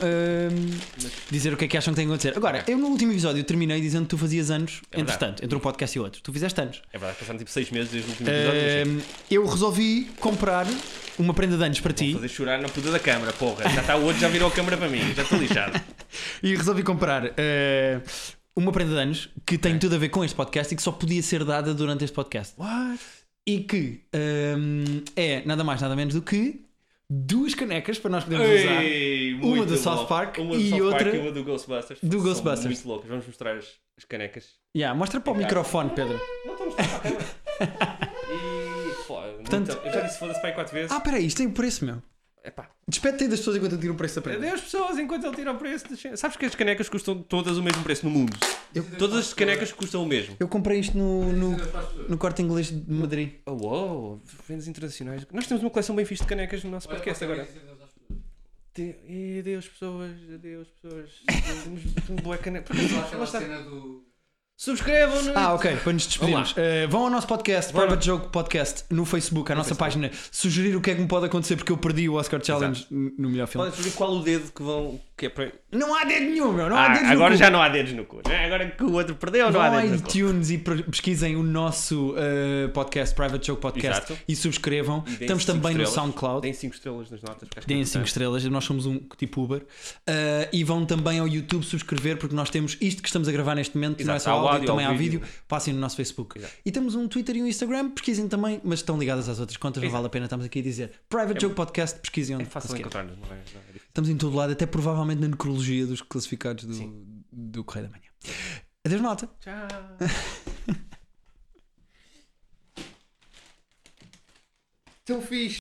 Speaker 1: dizer o que é que acham que tem que acontecer. Agora, eu no último episódio terminei dizendo que tu fazias anos,
Speaker 2: É verdade.
Speaker 1: entretanto, entre um podcast e outro. Tu fizeste anos.
Speaker 2: É verdade, passaram tipo 6 meses desde o último episódio. é mas sim.
Speaker 1: Um, eu resolvi comprar uma prenda de anos para
Speaker 2: Vou
Speaker 1: ti
Speaker 2: fazer chorar na puta da câmara, porra. Já está o outro, já virou a câmara para mim, já estou lixado.
Speaker 1: e resolvi comprar. uh, uma prenda de anos que tem tudo a ver com este podcast e que só podia ser dada durante este podcast.
Speaker 2: What?
Speaker 1: e que hum, é nada mais nada menos do que duas canecas para nós podermos usar
Speaker 2: Ei,
Speaker 1: Uma
Speaker 2: muito
Speaker 1: do
Speaker 2: bom.
Speaker 1: South Park
Speaker 2: uma do
Speaker 1: e
Speaker 2: South
Speaker 1: outra
Speaker 2: Park e uma do Ghostbusters.
Speaker 1: do
Speaker 2: São
Speaker 1: Ghostbusters.
Speaker 2: Muito loucas, vamos mostrar as, as canecas.
Speaker 1: yeah, mostra para o microfone Pedro
Speaker 2: Não estamos para
Speaker 3: tá
Speaker 2: a câmara. E. Foda,
Speaker 1: Portanto,
Speaker 2: muito- eu já disse foda-se para aí 4 vezes.
Speaker 1: ah peraí isto tem o preço meu
Speaker 2: Epá.
Speaker 1: despede-te aí das pessoas enquanto eu tiro o preço da prenda
Speaker 2: Adeus pessoas, enquanto ele tira o preço. das- Sabes que as canecas custam todas o mesmo preço no mundo. Todas as canecas custam o mesmo.
Speaker 1: eu comprei isto no, no,
Speaker 3: Ainda faz tudo.
Speaker 1: no corte inglês de Madrid
Speaker 2: Oh, uou, vendas internacionais. Nós temos uma coleção bem fixe de canecas no nosso
Speaker 3: Olha,
Speaker 2: podcast
Speaker 3: qualquer
Speaker 2: é agora.
Speaker 3: coisa que eu acho que-
Speaker 2: Te- E adeus pessoas, adeus pessoas. Temos uma boa caneca.
Speaker 3: Eu acho aquela
Speaker 2: Lá está.
Speaker 3: cena do.
Speaker 2: Subscrevam-nos.
Speaker 1: ah ok para nos despedirmos Eh, vão ao nosso podcast
Speaker 2: Bora.
Speaker 1: Private Joke Podcast no Facebook à nossa página sugerir o que é que me pode acontecer porque eu perdi o Oscar Challenge n- no melhor filme
Speaker 2: Podem escolher qual o dedo que vão. Que é para...
Speaker 1: Então, não há dedo nenhum meu não há
Speaker 2: Ah,
Speaker 1: dedo
Speaker 2: agora
Speaker 1: nenhum
Speaker 2: já não há dedos no cu. né? Agora que o outro perdeu, não
Speaker 1: Vão
Speaker 2: há
Speaker 1: ao
Speaker 2: dedos no cu.
Speaker 1: iTunes e pre- pesquisem o nosso uh, podcast, Private Joke Podcast,
Speaker 2: Exato.
Speaker 1: e subscrevam.
Speaker 2: deem
Speaker 1: Estamos
Speaker 2: cinco
Speaker 1: também
Speaker 2: estrelas.
Speaker 1: no SoundCloud.
Speaker 2: Deem 5 estrelas nas notas. porque acho que é
Speaker 1: Deem 5
Speaker 2: importante.
Speaker 1: estrelas, nós somos um tipo Uber. Uh, e vão também ao YouTube subscrever, porque nós temos isto que estamos a gravar neste momento, não é
Speaker 2: Exato,
Speaker 1: só
Speaker 2: há o
Speaker 1: áudio,
Speaker 2: áudio,
Speaker 1: também
Speaker 2: há o
Speaker 1: há vídeo.
Speaker 2: vídeo.
Speaker 1: Passem no nosso Facebook.
Speaker 2: Exato.
Speaker 1: E temos um Twitter e um Instagram, pesquisem também, mas estão ligadas às outras contas, não
Speaker 2: Exato.
Speaker 1: vale a pena. Estamos aqui a dizer Private Joke Podcast, pesquisem onde
Speaker 2: É fácil
Speaker 1: conseguirem.
Speaker 2: encontrar-nos, não é? Não é difícil.
Speaker 1: Estamos em todo lado, até provavelmente na necrologia dos classificados do, do Correio da Manhã. Adeus, malta.
Speaker 2: Tchau.
Speaker 3: Tão fixe.